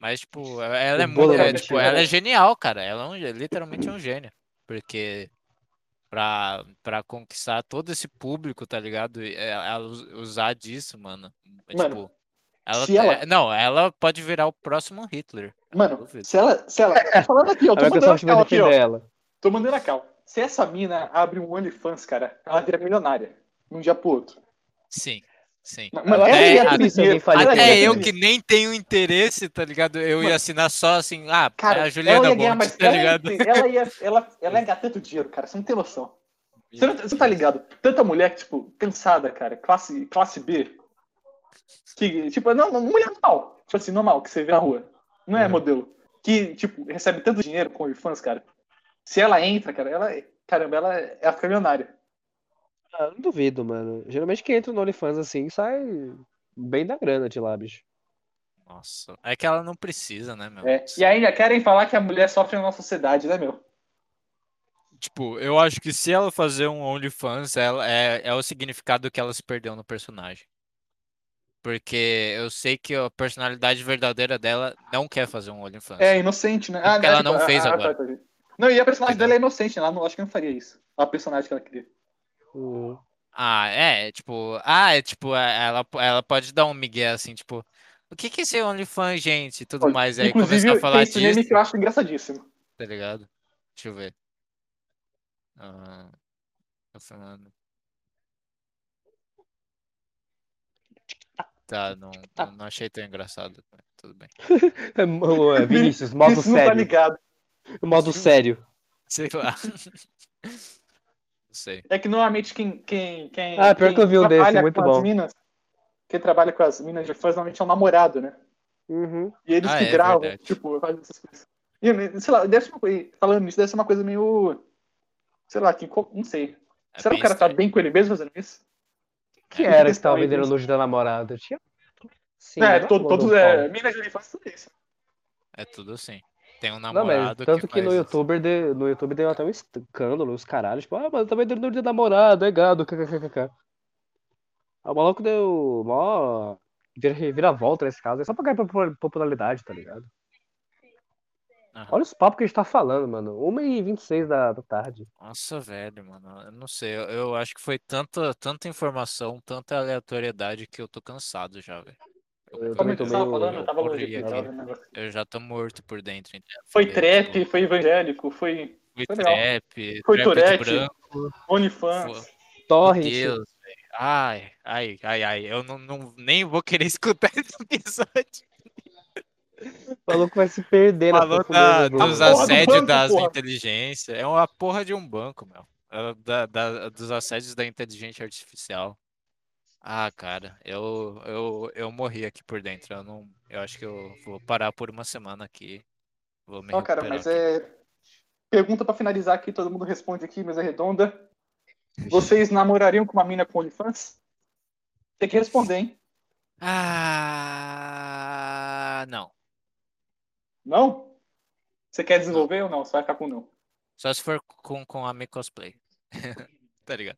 A: Mas, tipo, ela- ela é
C: O bolo
A: muito,
B: da
A: é,
B: mentira,
A: tipo, ela
B: né?
A: é genial, cara. Ela é um gê- literalmente é um gênio. Porque pra, pra conquistar todo esse público, tá ligado? E Ela, ela us- usar disso, mano. é,
B: Mano,
A: tipo, ela,
B: se ela-
A: é- Não, ela pode virar o próximo Hitler. Eu
B: Mano,
A: duvido.
B: se ela. Se ela tô falando aqui, ó,
C: É A
B: tô mandando a
C: Microsoft vai
B: cal aqui,
C: defender
B: ó.
C: ela.
B: Tô mandando a cal. Se essa mina abre um OnlyFans, cara, ela vira milionária. De um dia pro outro.
A: Sim, sim.
B: Mas
C: Eu acho
A: até-
C: que é
B: a-
C: difícil alguém falar
B: Olha,
A: Até
B: eu
A: é, eu
B: tenho-
C: né?
A: que nem tenho interesse, tá ligado? Eu ia
B: Mano.
A: assinar só assim, ah,
B: Cara,
A: é a Juliana
B: ela ia ganhar
A: Bond,
B: mais.
A: tá
B: ela,
A: ligado?
B: Ia, ela, ia, ela, ela ia ganhar tanto dinheiro, cara. Você não tem noção. Você não, você não tá ligado? Tanta mulher, tipo, cansada, cara. Classe, classe B. Que, tipo, não, não, mulher normal. Tipo assim, normal, que você vê na rua. Não é
A: Uhum.
B: modelo. Que, tipo, recebe tanto dinheiro com fãs, cara. Se ela entra, cara, ela. Caramba, ela é a milionária.
C: Ah, eu não duvido, mano. Geralmente quem entra no OnlyFans assim sai bem da grana de lá, bicho.
A: Nossa, é que ela não precisa, né, meu?
B: É. E ainda querem falar que a mulher sofre na nossa sociedade, né, meu?
A: Tipo, eu acho que se ela fazer um OnlyFans, ela é, é o significado que ela se perdeu no personagem. Porque eu sei que a personalidade verdadeira dela não quer fazer um OnlyFans.
B: É inocente, né?
A: É porque ela
B: tipo,
A: não fez agora.
B: tá, tá. Não, e a personagem
A: Entendeu?
B: dela é inocente, ela não, acho que não faria isso. A personagem que ela queria.
C: Uhum.
A: Ah, é, é tipo, ah, é tipo, é- ela, ela pode dar um migué assim, tipo, o que que é ser OnlyFans, gente, é, e tudo
B: Olha,
A: mais, aí
B: Inclusive,
A: começar a falar
B: tem esse meme
A: disso,
B: que eu acho engraçadíssimo.
A: tá ligado? Deixa eu ver. Ah, tô falando. Tá, não,
D: Tá.
A: não achei tão engraçado. mas Tudo bem.
C: É, Ô, Vinícius, modo
B: Isso não tá
C: sério.
B: ligado.
C: Modo sério.
A: Sei lá. Não sei.
B: É que normalmente quem. quem, quem
C: Ah, pior
B: quem
C: que eu vi um desse,
B: trabalha
C: muito
B: com
C: bom.
B: As minas, quem trabalha com as minas de fãs normalmente é um namorado, né?
C: Uhum.
B: E eles
A: Ah,
B: que
A: é
B: gravam,
A: verdade.
B: tipo, fazem essas coisas. E, né, sei lá, deve ser uma coisa, falando nisso, deve ser uma coisa meio. Sei lá, que, co- não sei.
A: É
B: Será que
A: bem
B: o cara tá
A: estranho.
B: bem com ele mesmo fazendo isso?
C: Quem era que
B: questão
C: tava
B: aí,
C: vendendo
B: É, isso?
C: nude da namorada? Tinha. Sim,
B: É,
C: era
B: todo,
C: todo
B: todos.
C: um
B: É,
C: pau.
B: minas de fãs tudo isso.
A: É tudo assim. Tem um
C: Não, mas
A: namorado
C: tanto que,
A: faz
C: no,
A: isso.
C: YouTuber de- no YouTube deu até um escândalo, os caralhos. Tipo, ah, mano, tá vendendo nude da namorada, é gado, kkkk. Aí o maluco deu mó. Vira, vira volta nesse caso, é só pra ganhar popula- popularidade, tá ligado?
A: Aham.
C: Olha os papos que a gente tá falando, mano. 1h26 da, da tarde.
A: Nossa, velho, mano. Eu não sei. Eu, eu acho que foi tanta, tanta informação, tanta aleatoriedade que eu tô cansado já, velho.
C: Eu
B: Como
C: também
B: é que
C: tô
B: você tava
C: meio-
B: falando? Eu tava longe
A: corri aqui.
B: aqui.
A: É,
B: tava vendo negócio.
A: Eu já tô morto por dentro. entendeu?
B: Foi
A: Falei,
B: trap,
A: tipo,
B: foi evangélico, foi
A: foi
B: foi legal.
A: trap,
B: Foi
A: trap
B: Tourette.
A: branco.
B: OnlyFans.
A: Meu
C: Torrent.
A: Deus, velho. Ai, ai, ai, ai. Eu não, não, nem vou querer escutar esse episódio.
C: O maluco vai se perder na
A: Falou da-
C: profundeza do-
A: dos
B: porra do
A: assédios
B: banco,
A: das
B: porra.
A: inteligências. É uma porra de um banco, meu. É da- da- dos assédios da inteligência artificial. Ah, cara, eu, eu, eu morri aqui por dentro. Eu, não, eu acho que eu vou parar por uma semana aqui. Vou me
B: Ó, cara,
A: recuperar
B: mas
A: aqui.
B: é. Pergunta pra finalizar aqui, todo mundo responde aqui, mesa redonda. Vocês namorariam com uma mina com OnlyFans? Tem que responder, hein?
A: Ah, não.
B: Não? Você quer desenvolver ou não? Você vai ficar com não.
A: Só se for com, com a Mi Cosplay. Tá ligado?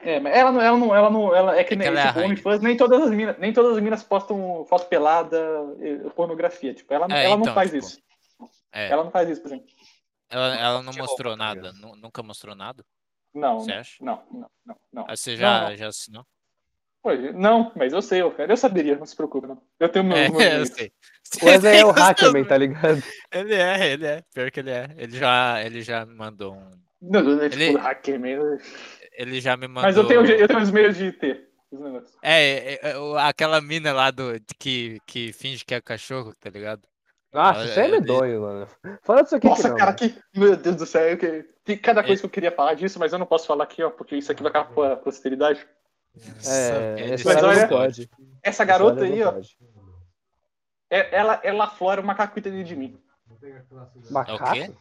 B: É, mas ela não, ela não, ela não, ela é que
A: É que
B: nem
A: ela é a
B: tipo,
A: rainha.
B: OnlyFans, nem todas as minas, nem todas as minas postam foto pelada, eh, pornografia, tipo, ela,
A: É,
B: ela não
A: então,
B: faz
A: tipo,
B: isso.
A: é.
B: Ela não faz isso, por exemplo.
A: Ela, ela não
C: Chegou,
A: mostrou
C: tá
A: nada.
C: ligado?
A: nu- Nunca mostrou nada?
B: Não,
A: Você acha?
B: não, não, não, não.
A: Ah, Você
B: Não,
A: já,
B: não.
A: já assinou?
B: Pô, não, mas eu sei, eu, eu saberia, não se preocupe, não. Eu tenho meu,
A: É,
B: meu
A: eu sei.
C: O Wesley é o
A: Você tem os
C: Hackerman,
A: seus-
C: tá ligado?
A: Ele é, ele é. Pior que ele é. Ele já, ele já me mandou um.
B: Não, não, é tipo
A: Ele-
B: hacker mesmo.
A: Ele já me mandou.
B: Mas eu tenho, eu tenho os meios de ter os negócios.
A: É, é, é, o- aquela mina lá do, que, que finge que é cachorro, tá ligado?
C: Nossa, isso é
A: eu- eu-
C: medonho, mano. Fala disso aqui que
B: Nossa,
C: não.
B: cara,
C: mano.
B: que. Meu Deus do céu, que, que cada coisa que eu queria falar disso, mas eu não posso falar aqui, ó, porque isso aqui vai acabar pra posteridade.
A: Nossa,
C: É,
A: ele
C: esse
B: Mas
C: cara
B: olha-
C: não
A: só-
C: pode. Esse
B: Essa
C: cara
B: garota
C: não
B: aí, ó,
C: pode.
B: é- ela, ela aflora o macaco que tem dentro de mim.
A: É
C: Macaco?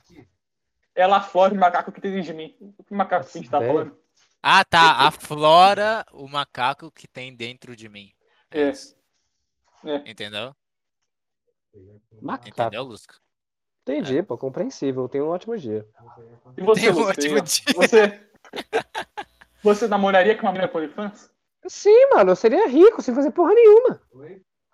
B: Ela aflora o macaco que tem dentro de mim. O macaco que a gente tá
C: Sério?
B: falando.
A: Ah, tá. Aflora o macaco que tem dentro de mim. É
B: É.
A: isso.
B: É.
A: Entendeu?
C: Macaco.
A: Entendeu, É. Lusca?
C: Entendi, pô, compreensível. Tenha um ótimo dia.
B: E você,
A: Tenha um
B: Luciano?
A: ótimo dia.
B: Você. Você namoraria com uma menina polifãs?
C: Sim, mano, eu seria rico sem fazer porra nenhuma.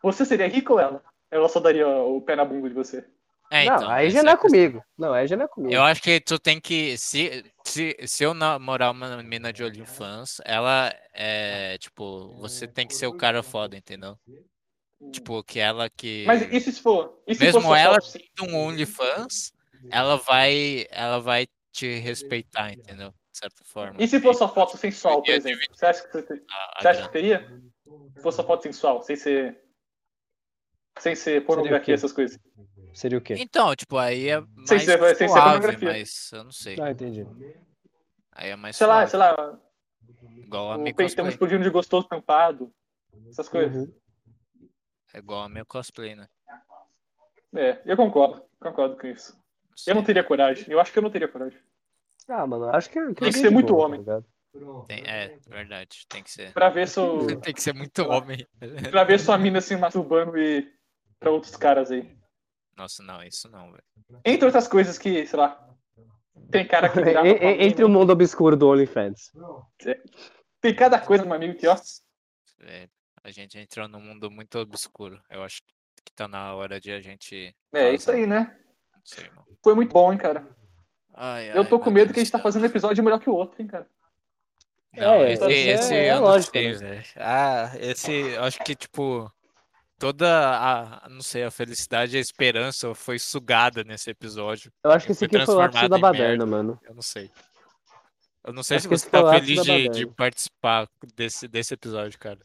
B: Você seria rico ou ela? Ela só daria o pé na bunda de você.
A: É,
C: não,
A: então,
C: aí
A: essa
C: já não
A: é
C: é
A: a questão.
C: comigo. Não, aí já não é comigo.
A: Eu acho que tu tem que. Se, se, se eu namorar uma mina de OnlyFans, ela é. Tipo, você tem que ser o cara foda, entendeu? Tipo, que ela que.
B: Mas e se for? E se
A: Mesmo
B: for só
A: ela-
B: foto, sim?
A: um OnlyFans, ela vai. Ela vai te respeitar, entendeu? De certa forma.
B: E se for só foto sensual, por
A: Eu
B: exemplo? Você acha que você teria?
A: A- a
B: Você acha
A: grana.
B: que teria? Se fosse só foto sensual, sem ser. Sem ser pornografia,
C: Seria o quê?
B: essas coisas.
C: Seria o quê?
A: Então, tipo, aí é mais
B: Sem ser- sem ser
A: suave,
B: pornografia. Tá.
A: mas eu não sei.
C: Ah, entendi.
A: Aí é mais
B: Sei lá,
A: suave.
B: sei lá, um
A: Igual a
B: o
A: minha
B: peitão
A: cosplay.
B: explodindo de gostoso tampado. Essas coisas.
C: Uhum.
A: É igual a minha cosplay, né?
C: Uhum.
B: É, eu concordo. Concordo com isso. Eu não teria coragem. Eu acho que eu não teria coragem.
C: Ah, mano, acho que.
B: que ser muito
C: tá
B: homem.
A: Tem- é, verdade. Tem que ser.
B: Pra ver se eu-
A: Tem que ser muito homem.
B: pra ver sua mina se masturbando e. pra outros caras aí.
A: Nossa, não, isso não, velho.
B: Entre outras coisas que, sei lá. Tem cara que grava. com a mina.
C: Entre um- o mundo obscuro do OnlyFans.
B: Tem cada coisa, meu amigo, que ó.
A: É, a gente entrou num mundo muito obscuro. Eu acho que tá na hora de a gente.
B: É isso aí, né?
A: Não sei, irmão.
B: Foi muito bom, hein, cara.
A: Ai,
B: Eu
A: ai,
B: tô com
A: meu
B: medo
A: Deus
B: que a gente
A: do
B: tá
A: céu.
B: fazendo episódio melhor que o outro, hein, cara.
A: Não,
C: É,
A: esse,
B: é-
A: esse
C: é
A: eu não
C: lógico,
A: sei,
C: né?
A: velho. Ah, esse, eu acho que, tipo, toda a, não sei, a felicidade e a esperança foi sugada nesse episódio.
C: Eu acho que esse
A: Foi
C: aqui foi o ápice da
A: transformado em merda.
C: baderna, mano.
A: Eu não sei. Eu não sei
C: Acho
A: se
C: que
A: você
C: esse foi o
A: tá
C: ápice
A: feliz
C: da
A: de, de
C: baderna.
A: participar desse, desse episódio, cara.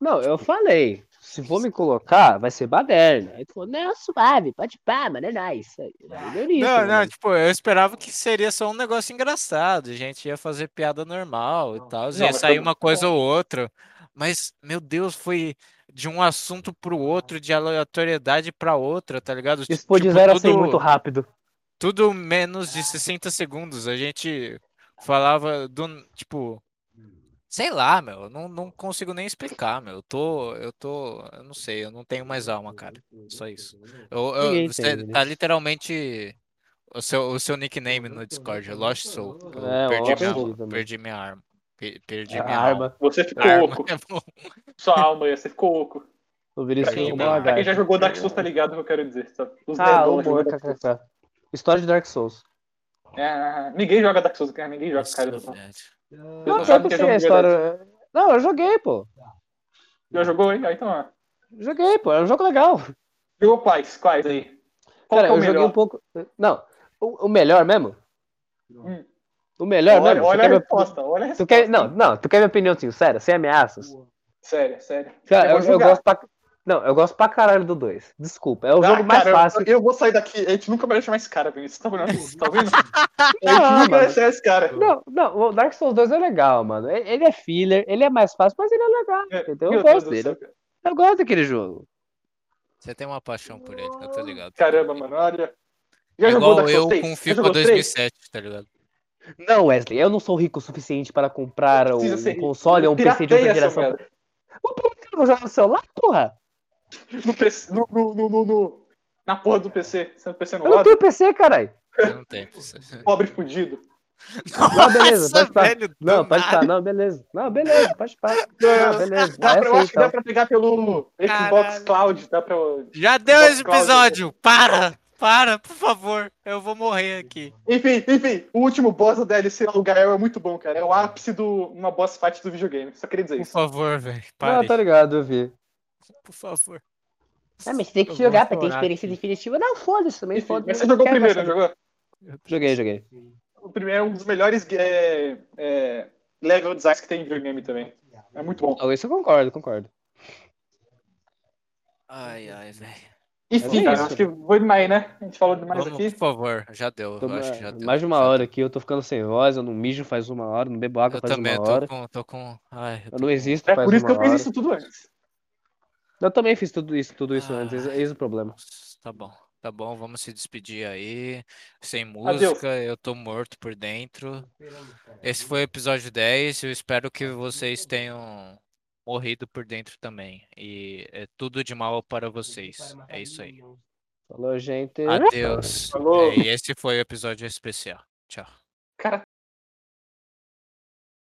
C: Não, eu falei, se vou me colocar, vai ser baderna. Aí tu falou, não, suave, pode pá, mano, é nice. Aí, aí deu nisso,
A: Não, não,
C: mano.
A: tipo, eu esperava que seria só um negócio engraçado. A gente ia fazer piada normal e tal. Ia
B: mas
A: sair
B: todo-
A: uma coisa ou outra. Mas, meu Deus, foi de um assunto pro outro, de aleatoriedade pra outra, tá ligado?
C: Isso
A: Tipo,
C: pôde zero a 100
A: tudo-
C: muito rápido.
A: Tudo menos de 60 segundos. A gente falava do. Tipo. Sei lá, meu. eu Não, não consigo nem explicar, meu. Eu tô. Eu tô. Eu não sei. Eu não tenho mais alma, cara. Só isso. Eu- eu-
C: Ninguém
A: você
C: entende, né?
A: tá literalmente. O seu, o seu nickname no Discord, é Lost Soul. Eu
C: É,
A: perdi,
C: Lost
A: minha,
C: Soul
A: alma,
C: também.
A: perdi minha arma. Per- Perdi
C: A
A: minha alma.
C: arma.
B: Você ficou
A: Arma
B: oco.
A: é bom.
B: Sua alma ia, você ficou oco.
C: O Vinícius
A: Perdi
C: roubou
A: minha
C: uma
A: arma.
B: Pra quem
C: gaita.
B: já jogou Dark Souls, tá ligado o que eu quero dizer. Tá? Os
C: Ah,
B: nerdolas
C: humor,
B: jogam Dark Souls.
C: kkk. História de Dark Souls.
B: É, ninguém joga Dark Souls, cara. Ninguém joga,
A: Isso,
B: cara.
A: velho.
C: Não,
B: não
C: pior
B: sabe
C: que eu
B: que é
C: sei
B: jogo
C: a
B: de
C: história. Não, eu joguei, pô.
B: Já jogou, hein? Ah, então, ó.
C: Joguei, pô. Era um jogo legal.
B: Jogou quais? Quais aí? Qual
C: Cara,
B: que é o
C: eu joguei
B: melhor?
C: um pouco. Não, o, o melhor mesmo?
B: Hum.
C: O melhor
B: olha
C: mesmo? Tu
B: olha
C: quer
B: a
C: minha-
B: resposta, olha a
C: tu
B: resposta.
C: quer... Não, não, tu quer minha opinião sincera, sem ameaças?
B: Sério, sério.
C: Cara,
B: Eu
C: eu,
B: vou
C: eu
B: julgar.
C: gosto pra. Não, eu gosto pra caralho do 2. Desculpa, é o
B: Ah,
C: jogo mais
B: cara, eu-
C: fácil.
B: Eu, vou sair daqui. A gente nunca vai deixar mais cara, Vinícius. Tá vendo? Você tá vendo? A gente nunca
C: Ah,
B: vai
C: mano.
B: deixar esse cara.
C: Não, não, o Dark Souls 2 é legal, mano. E- Ele é filler, ele é mais fácil, mas ele é legal,
B: É,
C: entendeu? Eu
B: Meu Deus
C: gosto
B: do
C: dele.
B: céu,
C: Eu,
B: cara.
C: eu gosto daquele jogo.
A: Você tem uma paixão por ele, eu tô ligado.
B: Caramba, mano, olha. Já
A: É
B: jogou
A: igual
B: Dark Souls
A: eu
B: 3?
A: com
B: Já
A: FIFA
B: jogou 3?
A: 2007, tá ligado?
C: Não, Wesley, eu não sou rico o suficiente para comprar
B: Não
C: um,
B: precisa ser rico.
C: console ou um PC de
B: Pirateia
C: outra
B: essa
C: geração.
B: merda.
C: Mas por que eu vou jogar no celular, porra?
B: No PC- no- no- no- no- no- Na porra do PC. Você é um PC no
C: Eu não
B: lado?
C: tenho PC, caralho.
A: Eu não tenho.
B: Pobre fudido.
C: Não, beleza,
A: Nossa,
C: pode pá.
A: velho, do
C: Não, pode
A: nada.
C: pá, não, beleza. Não, beleza, pode pá. Não, beleza.
B: Dá
C: Aí
B: pra, eu
C: foi,
B: acho que
C: então.
B: dá pra pegar pelo Xbox
A: Caralho.
B: Cloud. Dá pra.
A: Já deu esse
B: Xbox Cloud.
A: episódio! Para! Para, por favor! Eu vou morrer aqui.
B: Enfim, enfim. O último boss da DLC lá, o Gael é muito bom, cara. É o ápice de uma boss fight do videogame. Só queria dizer
A: Por
B: isso.
A: favor, velho.
C: Não,
A: Pare,
C: tá ligado, eu vi.
A: por favor.
C: Ah, mas tem
A: Eu
C: que
A: vou
C: jogar pra ter
A: chorar
C: experiência
A: aqui.
C: definitiva. Não, foda-se também,
B: Enfim,
C: foda-se.
B: mas você jogou o
C: Quero
B: primeiro,
C: passar.
B: não jogou?
C: Joguei, joguei.
B: O primeiro é um dos melhores é, é, level designs que tem em videogame também. É muito bom.
C: Ah, isso eu concordo, concordo.
A: Ai, ai, velho.
B: Enfim,
C: é
B: cara,
C: isso.
B: acho que vou demais, né? A gente falou demais
A: Vamos,
B: aqui.
A: por favor. Já deu,
C: Tô
A: eu acho
C: ma-
A: que já tá deu.
C: mais de uma
A: Já
C: hora aqui, eu tô ficando sem voz, eu não mijo faz uma hora, não bebo água
A: Eu
C: faz
A: também, eu
C: uma
A: tô
C: hora.
A: com, tô com. Ai, eu
C: Eu
A: tô
C: não
A: com-
C: existo
B: É
C: faz
B: por isso que
C: uma
B: eu fiz
C: hora.
B: isso tudo antes.
C: Eu também fiz tudo isso, tudo isso antes,
A: Ah.
C: esse é o problema.
A: Tá bom, tá bom, vamos se despedir aí. Sem
B: Adeus.
A: música, eu tô morto por dentro. Esse foi o episódio 10. Eu espero que vocês tenham morrido por dentro também. E é tudo de mal para vocês. É isso aí.
C: Falou, gente.
A: Adeus.
B: Falou.
A: E esse foi o episódio especial. Tchau.
B: Cara,